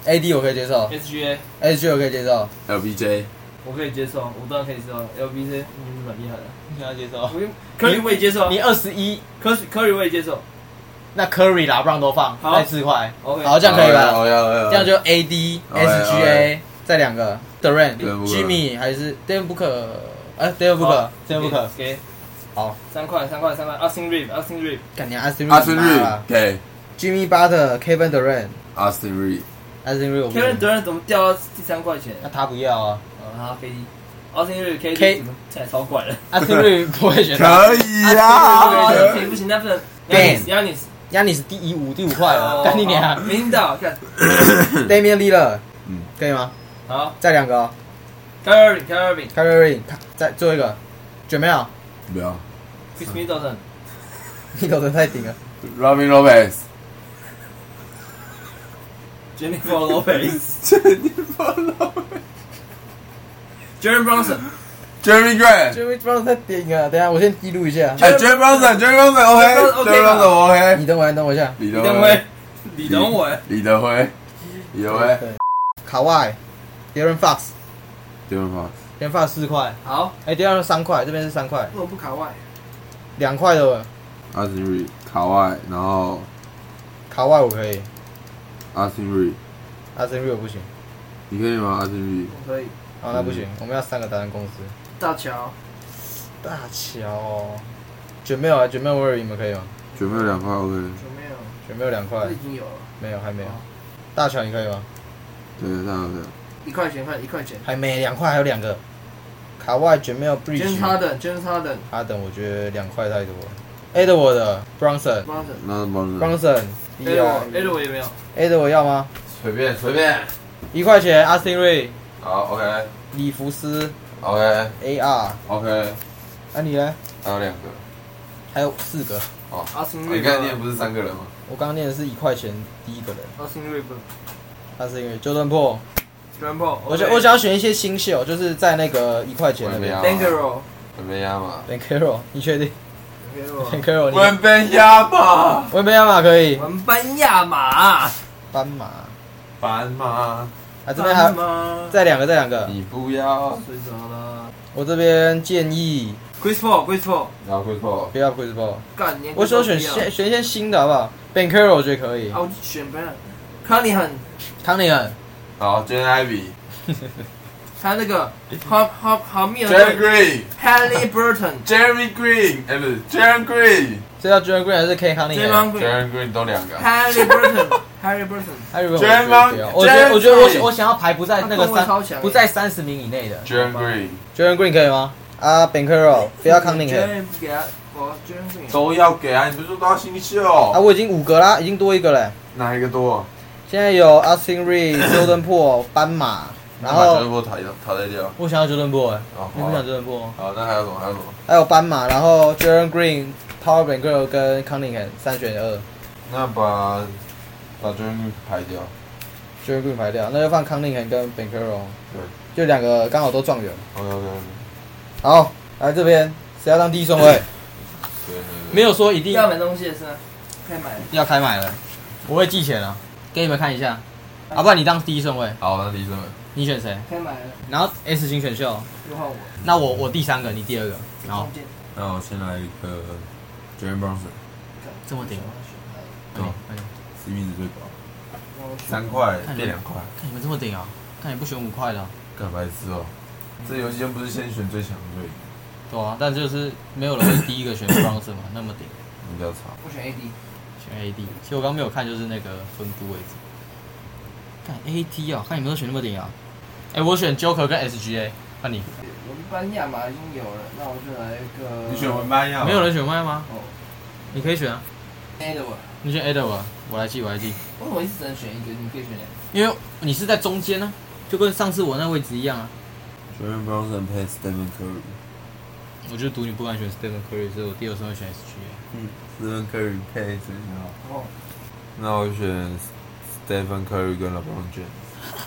S1: ，AD 我可以接受
S2: S G A，
S1: ，SGA 我可以接受，
S4: LBJ，
S2: 我可以接受，我当然可以接受。L B C，你们蛮厉害的。
S1: 你要接受。
S2: 我用 Curry 我也接受
S1: 哦
S2: 啊
S1: 你二十一，
S2: ，Curry Curry 我也接受。
S1: 那 Curry 拉布朗都放，
S2: 好
S1: 再四块，
S2: OK，
S1: 好，这样可以吧？
S4: 好呀好呀，
S1: 这样就 AD、
S4: 呃好呀好哎
S1: SGA 再两个 Durant、
S4: Devin Booker
S1: Jimmy 还是 Devin Booker，呃 Devin
S2: 好
S1: Booker，Devin Booker，
S2: 给
S1: 好，
S2: 三块三块三块，Austin Reed，Austin Reed，
S1: 干啊娘 Austin
S4: 阿
S1: Reeves
S4: 森
S1: 拿了
S4: 瑞给
S1: Jimmy Butler、Kevin Durant、
S4: 阿森瑞，
S1: Austin Reeves，我不行
S2: Kevin Durant 怎么掉到第三块钱？
S1: 那他不要啊
S2: 哦，好，KD。Austin Reed
S1: K-
S2: KD 怎么太超怪了？
S1: ，Austin
S4: *laughs*
S1: Reeves 不会选他。
S4: 可以
S2: *laughs*
S4: 呀
S1: 啊，
S2: 不行不行，那不能。
S1: Ben
S2: Yanis，
S1: 亚尼是第一五第五块了，
S2: 哦
S1: 哎干你娘
S2: 领导，看，
S1: ！Damian l e a r
S4: 嗯
S1: 可以吗？
S2: 好
S1: 再两个哦
S2: ，Kyrie，Kyrie，Chris
S1: c a r r y 再最后一个 j a m e
S4: 不要
S2: Middleton，
S1: *laughs* 你搞得太顶了。
S4: ，Robin Lopez，
S1: *laughs*
S2: Jennifer Lopez，Jaren
S4: 这你不 Lopez。
S2: Bronson，
S4: Jeremy Grant，
S1: Jimmy Brown 太顶了，等一下我先记录一下。
S4: 哎，Jeremy Bronson，Jeremy Bronson，OK，Jeremy Bronson OK，
S1: 你等我一下，等我一下。
S4: 李
S2: 李
S4: 德
S2: 登
S4: 辉
S2: 辉，，李登辉，
S4: 李德辉，李德辉，
S1: 对，卡外 d a r e n Fox。
S4: 对吗？
S1: d a r e n Fox 四块，
S2: 好，
S1: 哎 d a r e n 三块，这边是三块，
S2: 为什么不卡外？
S1: 两块的
S4: 阿森瑞，卡外，然后
S1: 卡外我可以
S4: 阿森瑞，
S1: ，Austin Reeves 不行。
S4: 你可以吗？阿森瑞，
S2: 我可以，
S1: 好，那不行，我们要三个达人公司。
S2: 大乔，
S1: 大乔，卷妹有啊，卷妹我尔你们可以吗？
S4: 准备两块 OK，
S2: 有没有？
S1: 卷妹有两块
S2: 这，已经有了，
S1: 没有还没有
S2: 哦。
S1: 大乔你可以吗？
S4: 对，那 OK。
S2: 一块钱，快一块钱。
S1: 还没两块，还有两个。卡外卷妹有
S2: James
S1: Bridge，
S2: Harden，James Harden，Bronson，
S1: 哈登我觉得两块太多了。Edward 啊 Bronson
S4: 那帮人
S1: Bronson
S2: a d w a d w 有没有？
S1: 嗯 Edward 要吗？
S4: 随便随便，
S1: 一块钱，Austin Reeves
S4: 好 OK
S1: 里弗斯
S4: OK
S1: AR，
S4: OK，
S1: 那啊你呢？
S4: 还有两个，
S1: 还有四个。
S4: 哦，
S1: 嗯
S2: Austin
S4: 你刚才念
S2: Reeves，Austin
S4: 不是三个人吗？
S1: 我刚念的是一块钱第一个人，
S2: Reeves，John
S1: 他是因为 Jordan Paul。
S2: Paul，
S1: 我想我想要选一些新秀，就是在那个一块钱那边
S4: 我。
S1: 哦
S2: Dangero，
S4: 准备压啊嘛，
S1: Ben Carroll，你确定？Ben *laughs* Carroll，你
S4: 准备压嘛，
S1: 文贝亚马可以，
S2: 文班亚马，
S1: 斑马啊，
S4: 斑马，
S1: 这边还有
S2: 吗？
S1: 再两个，再两个。
S4: 你不要，
S2: 睡着了。
S1: 我这边建议
S2: Chris Paul，Chris Paul，
S4: 然后会破，
S1: 不要 Chris Paul，
S2: 干你！
S1: 我想选选选一些新的好不好？Ben Carroll 我觉得可以
S2: 啊，我就选 Ben。康尼很，
S1: c o n n i n g h
S4: 好，Jen Ivy，Jen
S2: 他那个好好好密
S4: Green，Jeremy
S2: Haley Burton、
S4: Green，哎不是 Jeremy Green，Jeremy
S1: 这叫 Jordan Green 还是 K c o n n i n g h
S2: Draymond Green、
S4: Green 都两个
S2: Haley Burton、Haley Burton，
S1: 还有我觉得不要
S4: Draymond-
S1: 我觉得我觉得我
S4: Draymond-
S1: 想我想要排不在那个
S2: 他中卫超
S1: 三
S2: 强
S1: 不在三十名以内的
S4: ，Jeremy Green
S1: Jordan Green 可以吗？啊，Ben Carroll 不要欸 c o n n i n g h
S2: 绝对不给他，我绝对不给他。
S4: 都要给啊，你不是说都要新秀？
S1: 啊，我已经五个啦，已经多一个嘞。
S4: 哦哪一个多？
S1: *coughs* 现在有 Austin Reed、Jordan p o o 斑马、然后
S4: 波淘汰淘汰掉。
S1: 我想要 Jordan p o 哎
S4: 哦，
S1: 你
S4: 好
S1: 不
S4: 啊
S1: 想 Jordan p o
S4: 好，那还有什么？还有什么？
S1: 还有斑马，然后 Jordan Green、Power b a n g i r l 跟 Cunningham 三选二
S4: 那把把 j o r d 排掉。
S1: ，Jordan Green 排掉，那就放 Cunningham 跟 b a n g i r l
S4: 对
S1: 就两个刚好都状元。
S4: OK OK OK。
S1: 好，来这边谁要当第一顺位？
S4: 对对
S1: *coughs* 没有说一定
S3: 要买东西也是啊，可以买了。
S1: 要开买了，我会寄钱啊，给你们看一下。啊，不然你当第一顺位，
S4: 好，那第三位。
S1: 你选谁？
S3: 可以买了，
S1: 然后 S 型选秀，
S3: 又换我，
S1: 那我我第三个，你第二个，然后
S3: 中间
S4: 那我先来一个 j a m e Brownson，
S1: 这么顶哦
S3: 我要选哪
S1: 哎
S3: 一
S4: 哦
S1: 哎
S4: 是面值最
S3: 个
S4: 高，
S3: 我要选
S4: 三块
S1: 看你
S4: 变两块，
S1: 看你们这么顶啊，看你不选五块的啊，
S4: 干白痴哦。这游戏又不是先选最强队，
S1: 对啊，但就是没有人会第一 *coughs* 个选 Bronze 嘛，那么顶，
S4: 你比较吵。
S3: 我选 AD，
S1: 选 AD。其实我刚没有看，就是那个分布位置。看 AD 啊，看你们都选那么顶啊。哎，我选 Joker 跟 SGA，看你，
S3: 我们班亚马已经有了，那我就来一个。
S4: 你选文班亚？
S1: 没有人选麦吗？
S3: 哦
S1: 你可以选啊，
S3: ，Edward，
S1: 你选 Edward，我来记，我来记。
S3: 为什么一直只能选一个？你可以选两个。
S1: 因为你是在中间呢、就跟上次我那位置一样啊。
S4: j a m e Brownson 配 Stephen Curry。
S1: 我就赌你不敢选 Stephen Curry，所以我第二顺位选 SGA。
S4: 嗯，Stephen Curry 配谁好？
S3: 哦，
S4: 那我选 Stephen Curry 跟 LeBron James。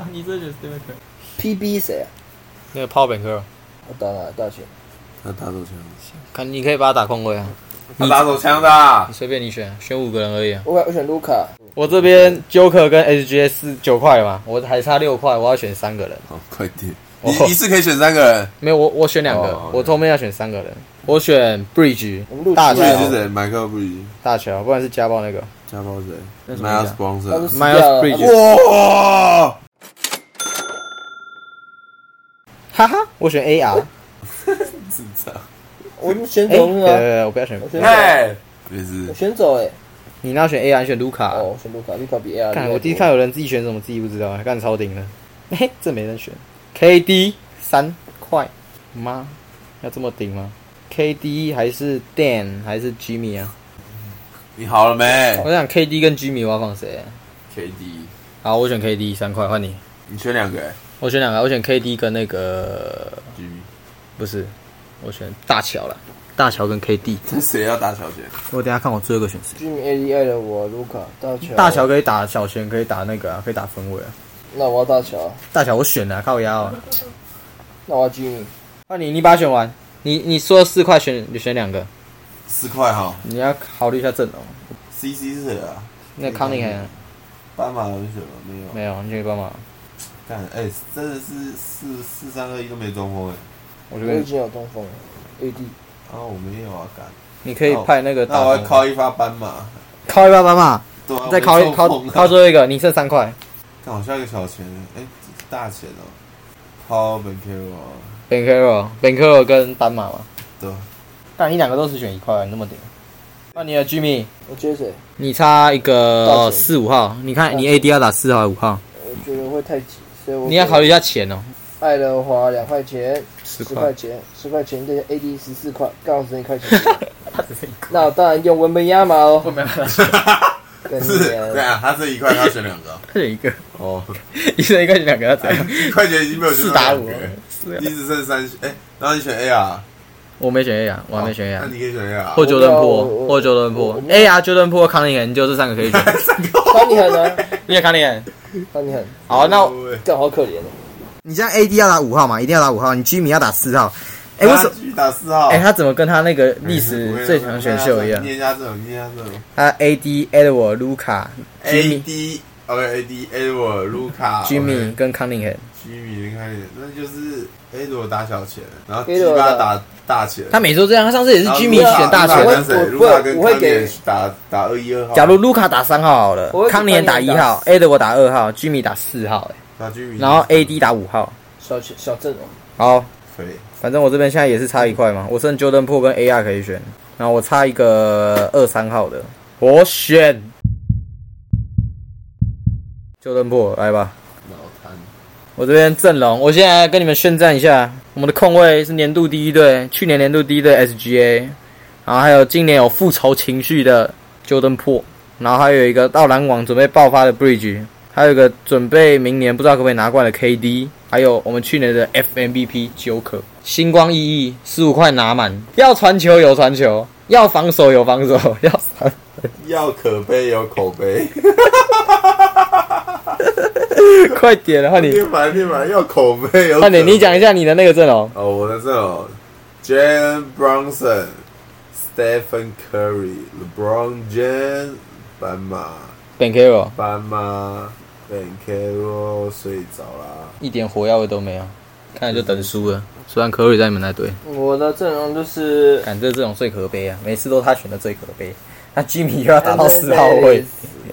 S1: 啊，你真的选 Stephen Curry？
S3: PB 谁啊？
S1: 那个 Power Banker，
S3: 我打打打拳，
S4: 他打手枪，
S1: 看你可以把他打空位啊，
S4: 他打手枪的啊
S1: 你。随便你选，选五个人而已啊。
S3: 我我选卢卡，
S1: 我这边 Joker 跟 SGA 是九块嘛，我还差六块，我要选三个人。
S4: 好，快点！
S1: 哦
S4: 你一次可以选三个人，
S1: 没有，我我选两个，
S4: 哦，OK
S1: 我后面要选三个人。我选 Bridge
S3: 我们录
S1: 大
S4: 不
S1: 乔
S3: 出来
S4: 是
S3: 了
S4: 啊是谁？麦克布里、
S1: 大乔，不然是家暴那个
S4: 加包谁
S1: 那什么意思
S4: ？Miles
S1: 啊
S4: Bronson。
S3: 死掉
S1: Miles
S3: 了
S1: Bridges。
S4: 哇！
S1: 哈哈，我选 AR。
S4: 智障！
S3: 我们选
S1: 哎，
S3: 走路啊，
S1: 呃，我不要选
S3: 我，选
S4: 嘿，没
S3: 我
S4: 事，
S3: 选走哎，
S1: 你那选 AR，你选卢卡。
S3: 哦，我选卢卡，卢卡比 AR 厉害
S1: 看，
S3: 多
S1: 我第一看啊有人自己选什么，自己不知道，干超顶了。 *laughs* 嘿，这没人选。KD 三块吗？要这么顶吗？KD 还是 Dan 还是 Jimmy 啊？
S4: 你好了没
S1: 我想 KD 跟 Jimmy 我要放谁？
S4: ？KD，
S1: 好，我选 KD 三块，换你。
S4: 你选两个哎
S1: 我选两个，我选 KD 跟那个
S4: ，Jimmy，
S1: 不是，我选大乔了。大乔跟 KD，
S4: 这谁要打小杰？
S1: 我等一下看我最后一个选谁。
S3: 居民 AD 爱了我，卢卡大乔，
S1: 大乔，可以打小贤，可以打那个啊，可以打分位啊。
S3: 那我要大乔，
S1: 大乔我选了、靠腰啊。
S3: 那我要居民，
S1: 那你你把它选完，你你说四块选你选两个，
S4: 四块哈
S1: 你要考虑一下阵容。
S4: ，CC 是谁啊？
S1: 那康宁还
S4: 斑马有选吗？没有。
S1: 没有，你可以帮忙，
S4: 干，哎，真的是四四三二一都没中锋哎。
S1: 我
S3: 我
S1: 这边
S3: 已经有中锋了，AD
S4: 啊，我没有啊，干。
S1: 你可以派那个打
S4: 那
S1: 工。
S4: 我要靠一发斑马。
S1: 靠一发斑马，
S4: 对啊，
S1: 再靠一靠靠
S4: 这。
S1: 最后一个，你剩三块。
S4: 看我下一个小钱，哎，大钱哦。Paul b a n c e r o
S1: *laughs* Ben c a r o Ben c a r o 跟斑马嘛，
S4: 对啊。
S1: 但你两个都只选一块，你那么顶。那你的 Jimmy，
S3: 我觉得谁？
S1: 你差一
S3: 大
S1: 个
S3: 钱
S1: 四五号，你看你
S3: 大钱
S1: AD 要打四号还是五号？
S3: 我觉得会太挤，所以我
S1: 你要考虑一下钱哦，
S3: 爱德华两块钱，
S1: 十
S3: 十块
S1: 块。
S3: 钱，十块钱对 AD 十四块，刚好剩一块钱。 *laughs*
S1: 他只剩一块，
S3: 那我当然用文本亚马
S1: 我
S3: 哦，
S1: 没有，他
S3: 跟你
S4: 是，对啊，他这一块他选两个。
S1: 选一个，
S4: 哦， *laughs*
S1: 一人一个，你两个要怎样？
S4: 一块钱已经没有
S1: 四打五啊，是啊
S4: 你只剩三选，哎，然后你选 A r
S1: *laughs* 我没选 A 啊，我还没选 A
S4: 那
S1: 啊。
S4: 你可以选 A 啊。
S1: 或九轮
S3: 我
S1: 破，
S3: 我
S1: 或九轮破
S3: 我我
S1: ，A R 九轮破，康宁人就这三个可以选。
S3: 当你很啊，
S1: *laughs* 你也康宁人，
S3: 当你很，
S1: *laughs* 好，那我
S4: 我
S3: 这样好可怜哦。
S1: 你这样 AD 要打五号嘛，一定要打五号，你 Jimmy 要打四号。哎、为什么？
S4: 继续打四号？
S1: 哎、他怎么跟他那个历
S4: 哎啊
S1: 史最强选秀一样？
S4: 念一下这种，念一下这种。
S1: 他 AD、Edward、Luca、
S4: A
S1: Jimmy、
S4: D OK A D Edward
S1: *laughs*
S4: Luca
S1: Jimmy 跟康宁人，
S4: Jimmy 你看，那就是 Edward 打小钱，然后
S3: Edward
S4: 鸡巴打大钱。
S1: 他每周这样，他上次也是
S4: 然后
S1: Jimmy
S3: Luca-
S1: 选大
S3: 选
S1: 选
S3: 我会
S1: 啊。
S3: 我会
S4: 跟谁 Luca 跟
S3: 我会
S4: Kanye
S3: 给
S4: 打打二一二号。
S1: 假如 Luca 打三号好了
S3: 我，会
S1: 康宁人打一号，Edward 打二号，Jimmy 打四号、哎
S4: 打 Jimmy，
S1: 然后 AD 打五号。
S3: 小小阵容，
S1: 好，
S4: 可以。
S1: 反正我这边现在也是差一块嘛，我剩 Jordan 破跟 AR 可以选，然后我差一个二三号的，我选 Jordan 破，来吧。
S4: 脑瘫。
S1: 我这边阵容，我现在跟你们宣战一下，我们的控卫是年度第一队，去年年度第一队 SGA，然后还有今年有复仇情绪的 Jordan Po，然后还有一个到篮网准备爆发的 Bridge，还有一个准备明年不知道可不可以拿冠的 KD，还有我们去年的 FMVP 九可，星光熠熠，十五块拿满，要传球有传球，要防守有防守， *laughs* 要三
S4: 要可悲有口碑，
S1: 快点了，换
S4: *laughs*
S1: 你，
S4: 听反听反，要口碑有口碑。
S1: 快点，你讲一下你的那个阵容。
S4: 哦，我的这种 Jalen Brunson、Stephen Curry、LeBron James、斑马、
S1: Ben c a r o
S4: 斑马、Ben Carroll 睡着啦。
S1: 一点火药味都没有，看来就等输了。虽然 Curry 在你们那队，
S2: 我的阵容就是
S1: 感觉这种最可悲啊，每次都他选的最可悲。那 Jimmy 又要打到啊四号位，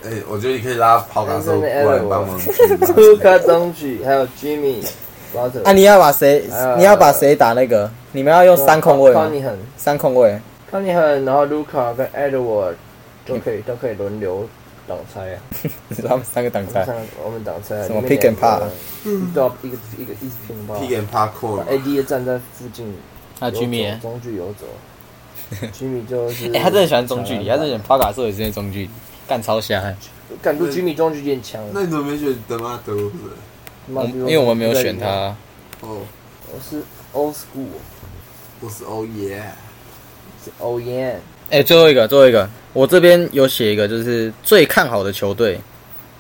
S4: 哎、我觉得你可以拉跑打手过来帮忙举吧
S2: *laughs* Luka d o n c 还有 Jimmy Butler，
S1: 啊，你要把谁
S2: 呃？
S1: 你要把谁打那个？你们要用三控位吗
S2: 康？尼很，
S1: 三控位，
S2: 康尼很，然后 Luka 跟 Edward 都可以都可以轮流挡拆啊，
S1: 你知道他们三个挡
S2: 我
S1: 拆
S2: 们，上我们挡拆啊
S1: 什么
S2: 里面
S1: pick and
S2: 两个
S1: pop
S2: 对啊，一个一个一直 pick and pop
S4: ，Pick and Pop Court 嘛
S2: AD 站在附近，
S1: 那
S2: 游
S1: Jimmy
S2: 走
S1: 呢
S2: 中距
S1: *laughs*
S2: 游走，Jimmy 就是，
S1: 哎、他真的喜欢中距离，他真的喜
S2: 的
S1: 欢帕卡索也是那中距离，干超瞎、欸。
S2: 敢住 Jimmy 中距离很强，
S4: 那你怎么没选德玛德罗斯？
S1: 我
S2: 妈
S1: 嗯们因为我们没有选，
S2: 比
S1: 他，
S4: 哦，
S2: 我是 old school，
S4: 我是，oh 欧耶，
S2: 是 o l yeah，
S1: 哎、最后一个，最后一个，我这边有写一个，就是最看好的球队，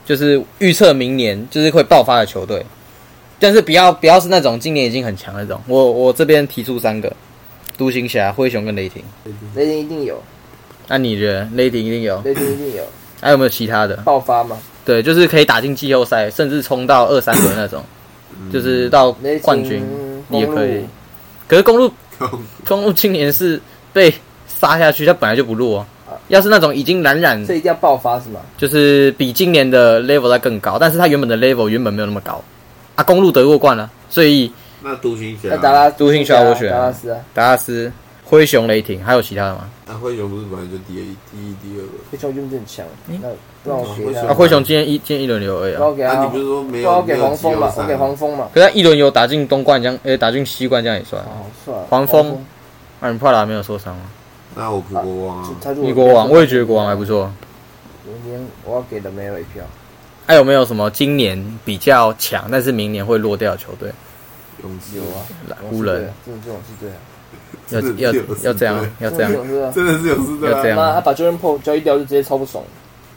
S1: 就是预测明年就是会爆发的球队，但是不要不要是那种今年已经很强那种。我我这边提出三个：独行侠、灰熊跟雷霆。
S2: 雷霆一定有，
S1: 那、你觉得雷霆一定有？
S2: 雷霆一定有，
S1: 还有没有其他的？
S2: 爆发嘛，
S1: 对，就是可以打进季后赛，甚至冲到二三轮那种，
S4: 嗯
S1: 就是到
S2: 雷霆
S1: 冠军也可以
S2: 公路。
S1: 可是公路
S4: 公
S1: 公路今年是被杀下去，他本来就不弱啊、要是那种已经冉冉
S2: 所以一定要爆发是吗？
S1: 就是比今年的 level 再更高，但是他原本的 level 原本没有那么高啊。公路得过冠了、所以
S4: 那独行侠
S2: 那达拉
S1: 独行侠我选
S2: 达拉斯啊，
S1: 达拉斯、灰熊、雷霆，还有其他的吗？
S4: 那灰熊不是本来就第一、第一、第二个？
S2: 灰熊就很强，
S1: 嗯
S2: 那不让我给
S4: 嗯
S1: 啊，
S2: 他，
S1: 灰熊今天一今天一轮流而已啊
S2: 不让我给
S4: 那、
S2: 他，
S4: 你不是说没
S2: 不
S4: 有
S2: 啊让我给
S4: 没有
S2: 黄蜂嘛，
S4: 季后
S2: 我
S4: 赛
S2: 给黄蜂嘛，
S1: 可是他一轮有打进东冠将，呃，打进西冠将也算。
S2: 哦，算了，
S1: 黄蜂啊，你帕拉没有受伤吗？
S4: 那我不国王啊，
S2: 他如果
S1: 你国王，我也觉得国王还不错。
S2: 明天我要给的没有一票，
S1: 还、有没有什么今年比较强，但是明年会落掉的球队？
S4: 勇士
S2: 有啊，
S1: 湖人
S2: 这种是对的，
S1: 要
S4: 真的
S1: 要
S4: 是勇士
S1: 要这样
S4: 队，
S1: 要
S2: 这
S1: 这
S2: 种
S1: 样，
S2: 是 *laughs* 对
S4: *laughs*
S2: 的，
S4: 真的是勇士队
S1: 要这
S4: 啊
S1: 样！
S2: 那他把 Jordan p o 交易掉就直接超不爽，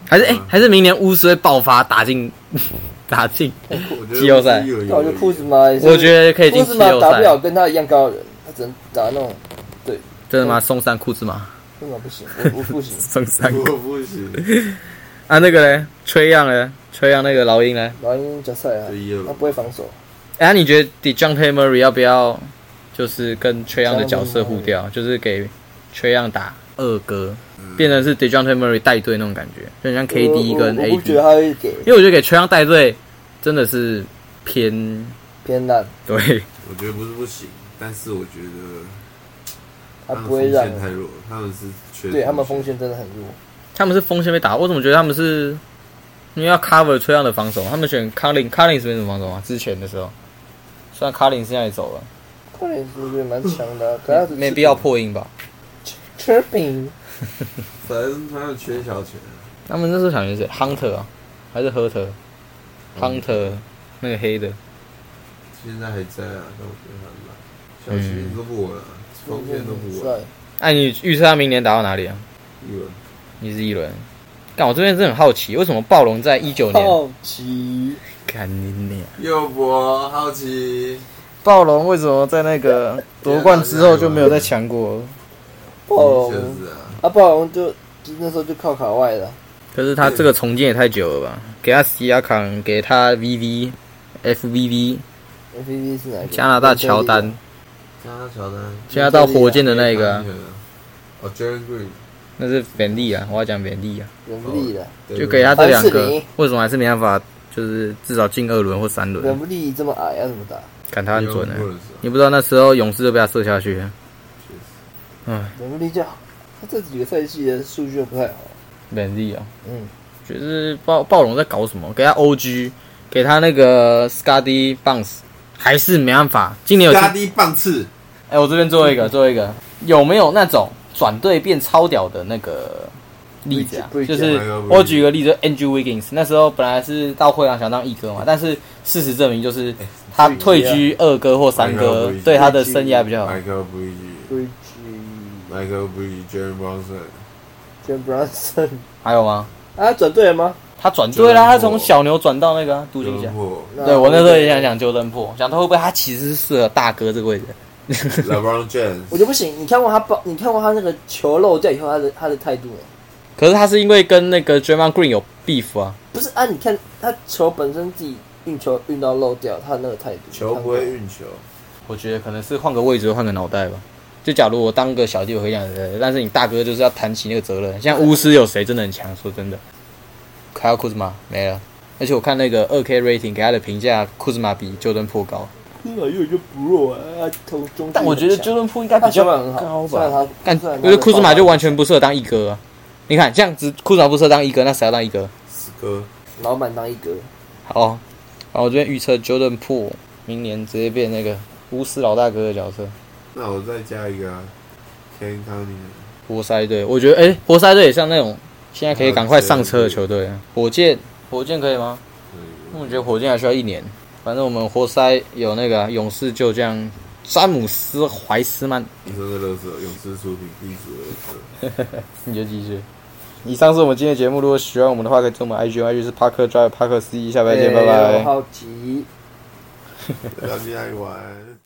S1: 还是哎、还是明年巫师会爆发，打进 *laughs* 打进，
S4: 我觉得
S1: 季后赛
S4: 勇士有
S2: 那我觉得
S4: 有
S2: 啊库兹马也是，
S1: 我觉得可以进
S2: 库
S1: 季
S2: 兹马
S1: 后
S2: 打不
S1: 赛。
S2: 了跟他一样高的人，他只能打那种，
S1: 真
S2: 哦
S1: 的吗？松山裤子吗？
S2: 为什么不行？我我不
S1: *laughs*
S2: 行，
S1: 松山裤
S4: 我不行，
S1: 啊，那个嘞，崔样嘞，崔样那个老鹰嘞。
S2: 老鹰加赛啊
S4: 这，一
S2: 他
S4: 二
S2: 不会防守，
S1: 哎、啊，你觉得 Dejounte Murray 要不要就是跟崔样的角色互调，就是给崔样打二哥，变成是 Dejounte Murray 带队那种感觉，就很像 KD 跟
S2: 嗯我我我不
S1: AD
S2: 觉得。他会给
S1: 因为我觉得给崔样带队真的是偏
S2: 偏烂，
S1: *laughs* 对，
S4: 我觉得不是不行，但是我觉得
S2: 他
S4: 他们
S2: 不会
S4: 锋
S2: 让
S4: 线，太弱，他们是缺
S2: 对他们
S4: 锋
S2: 锋线真的很弱，
S1: 他们是锋线被打，我怎么觉得他们是因为要 cover 崔样的防守，他们选 Collins，Collins 没什么防守啊，之前的时候，虽然 Collins 现在也走了。
S2: 快点是不是蛮强的啊？可是他
S1: 嗯没必要破音吧？
S2: chirping，
S4: 反正他们缺小钱，
S1: 他们那时候想的是 Hunter 啊，还是 Hunter？Hunter、那个黑的，
S4: 现在还在啊，但我觉得他们小
S1: 嗯
S4: 球都不稳啊，锋线都不稳
S2: 帅，，
S1: 哎、你预测他明年打到哪里啊？
S4: 一轮
S1: 你是一轮。但我这边是很好奇，为什么暴龙在一九年？
S2: 好奇，
S1: 看你娘！
S4: 右博好奇，
S1: 暴龙为什么在那个夺冠之后就没有再强过？
S2: 暴
S4: 确
S2: 龙
S4: 实啊，
S2: 啊，暴龙就就那时候就靠卡外了。
S1: 可是他这个重建也太久了吧？给他西亚康，给他 VV、FVV，
S2: F V V 是哪一个？
S1: 加拿大乔丹，
S4: 加上小丹，
S1: 现在到火箭的那一个啊，
S4: 哦 j e r e Green，
S1: 那是本利啊，我要讲本利啊。
S2: 人力的，
S4: 对
S1: 就给他这两
S2: 三四
S1: 个
S2: 零，
S1: 为什么还是没办法？就是至少进二轮或三轮，
S2: 人力这么矮啊要怎么打？
S1: 砍他很准的、
S4: 右波的时候
S1: 你不知道那时候勇士就被他射下去了，啊
S4: 确实
S2: 人力就好，他这几个赛季的数据都不太好。
S1: 本利啊，
S2: 嗯，
S1: 就是暴暴龙在搞什么？给他 OG，给他那个 Scotty Bounce，还是没办法。今年有
S4: 加
S1: 哎、
S4: 低棒次，
S2: 嗯
S1: 我这边最后一个，最后一个有没有那种转队变超屌的那个例子啊
S2: 不一，定
S1: 就是我举个例子就，Andrew Wiggins 那时候本来是到灰狼想当一哥嘛，但是事实证明就是他退居二哥或三哥
S4: 不一，样
S1: 对他的生涯比较好。
S4: Michael b r e e
S2: 规矩
S4: Michael b r e e Jerry Bronson，
S2: j a m Bronson
S1: 还有吗？
S2: 啊，转对了吗？
S1: 他转对啦，他从小牛转到那个啊独行侠。
S4: l
S1: 对我那时候也想讲纠正破，想他会不会他其实是适合大哥这个位置。
S4: e b r o n
S2: 我
S4: James，
S2: 就不行。你看过他爆，你看过他那个球漏掉以后他的他的态度吗？
S1: 可是他是因为跟那个 Draymond Green 有 beef 啊，
S2: 不是啊，你看他球本身自己运球运到漏掉，他的那个态度，
S4: 球不会运球，
S1: 我觉得可能是换个位置，换个脑袋吧。就假如我当个小弟，我会讲的，但是你大哥就是要担起那个责任。像巫师有谁真的很强？说真的，凯尔库兹马没了。而且我看那个二 K rating 给他的评价，库兹马比旧登破高，
S2: 看过，因为就不弱啊，他投中距很强，
S1: 但我觉得旧登破应该
S2: 他
S1: 比较
S2: 球板很好，
S1: 高
S2: 虽然
S1: 吧。
S2: 他
S1: 但
S2: 虽然
S1: 我
S2: 他
S1: 觉得
S2: 的
S1: 库兹马
S2: 爆发
S1: 就完全不适合当一哥啊。你看这样子，库兹马不适合当一哥，那谁要当一哥？
S4: 斯科
S2: 老板当一哥，
S1: 好，然后我这边预测 Jordan Po 明年直接变那个巫师老大哥的角色。
S4: 那我再加一个啊，Ken Cunningham，
S1: 活塞队，我觉得哎、活塞队也像那种现在可以赶快上车的球队啊。火箭，火箭可以吗？
S4: 嗯
S1: 我觉得火箭还需要一年。反正我们活塞有那个啊、勇士就这样，詹姆斯怀斯曼，
S4: 你说的乐色，勇士出品必输乐色。
S1: 你就继续。以上是我们今天的节目，如果喜欢我们的话，可以跟我们 IG IG 是 Parker Drive Parker 四一，下
S2: 再
S1: 拜见，拜
S2: 我
S1: 拜。
S2: 好奇。
S4: *laughs* 大家去哪里玩？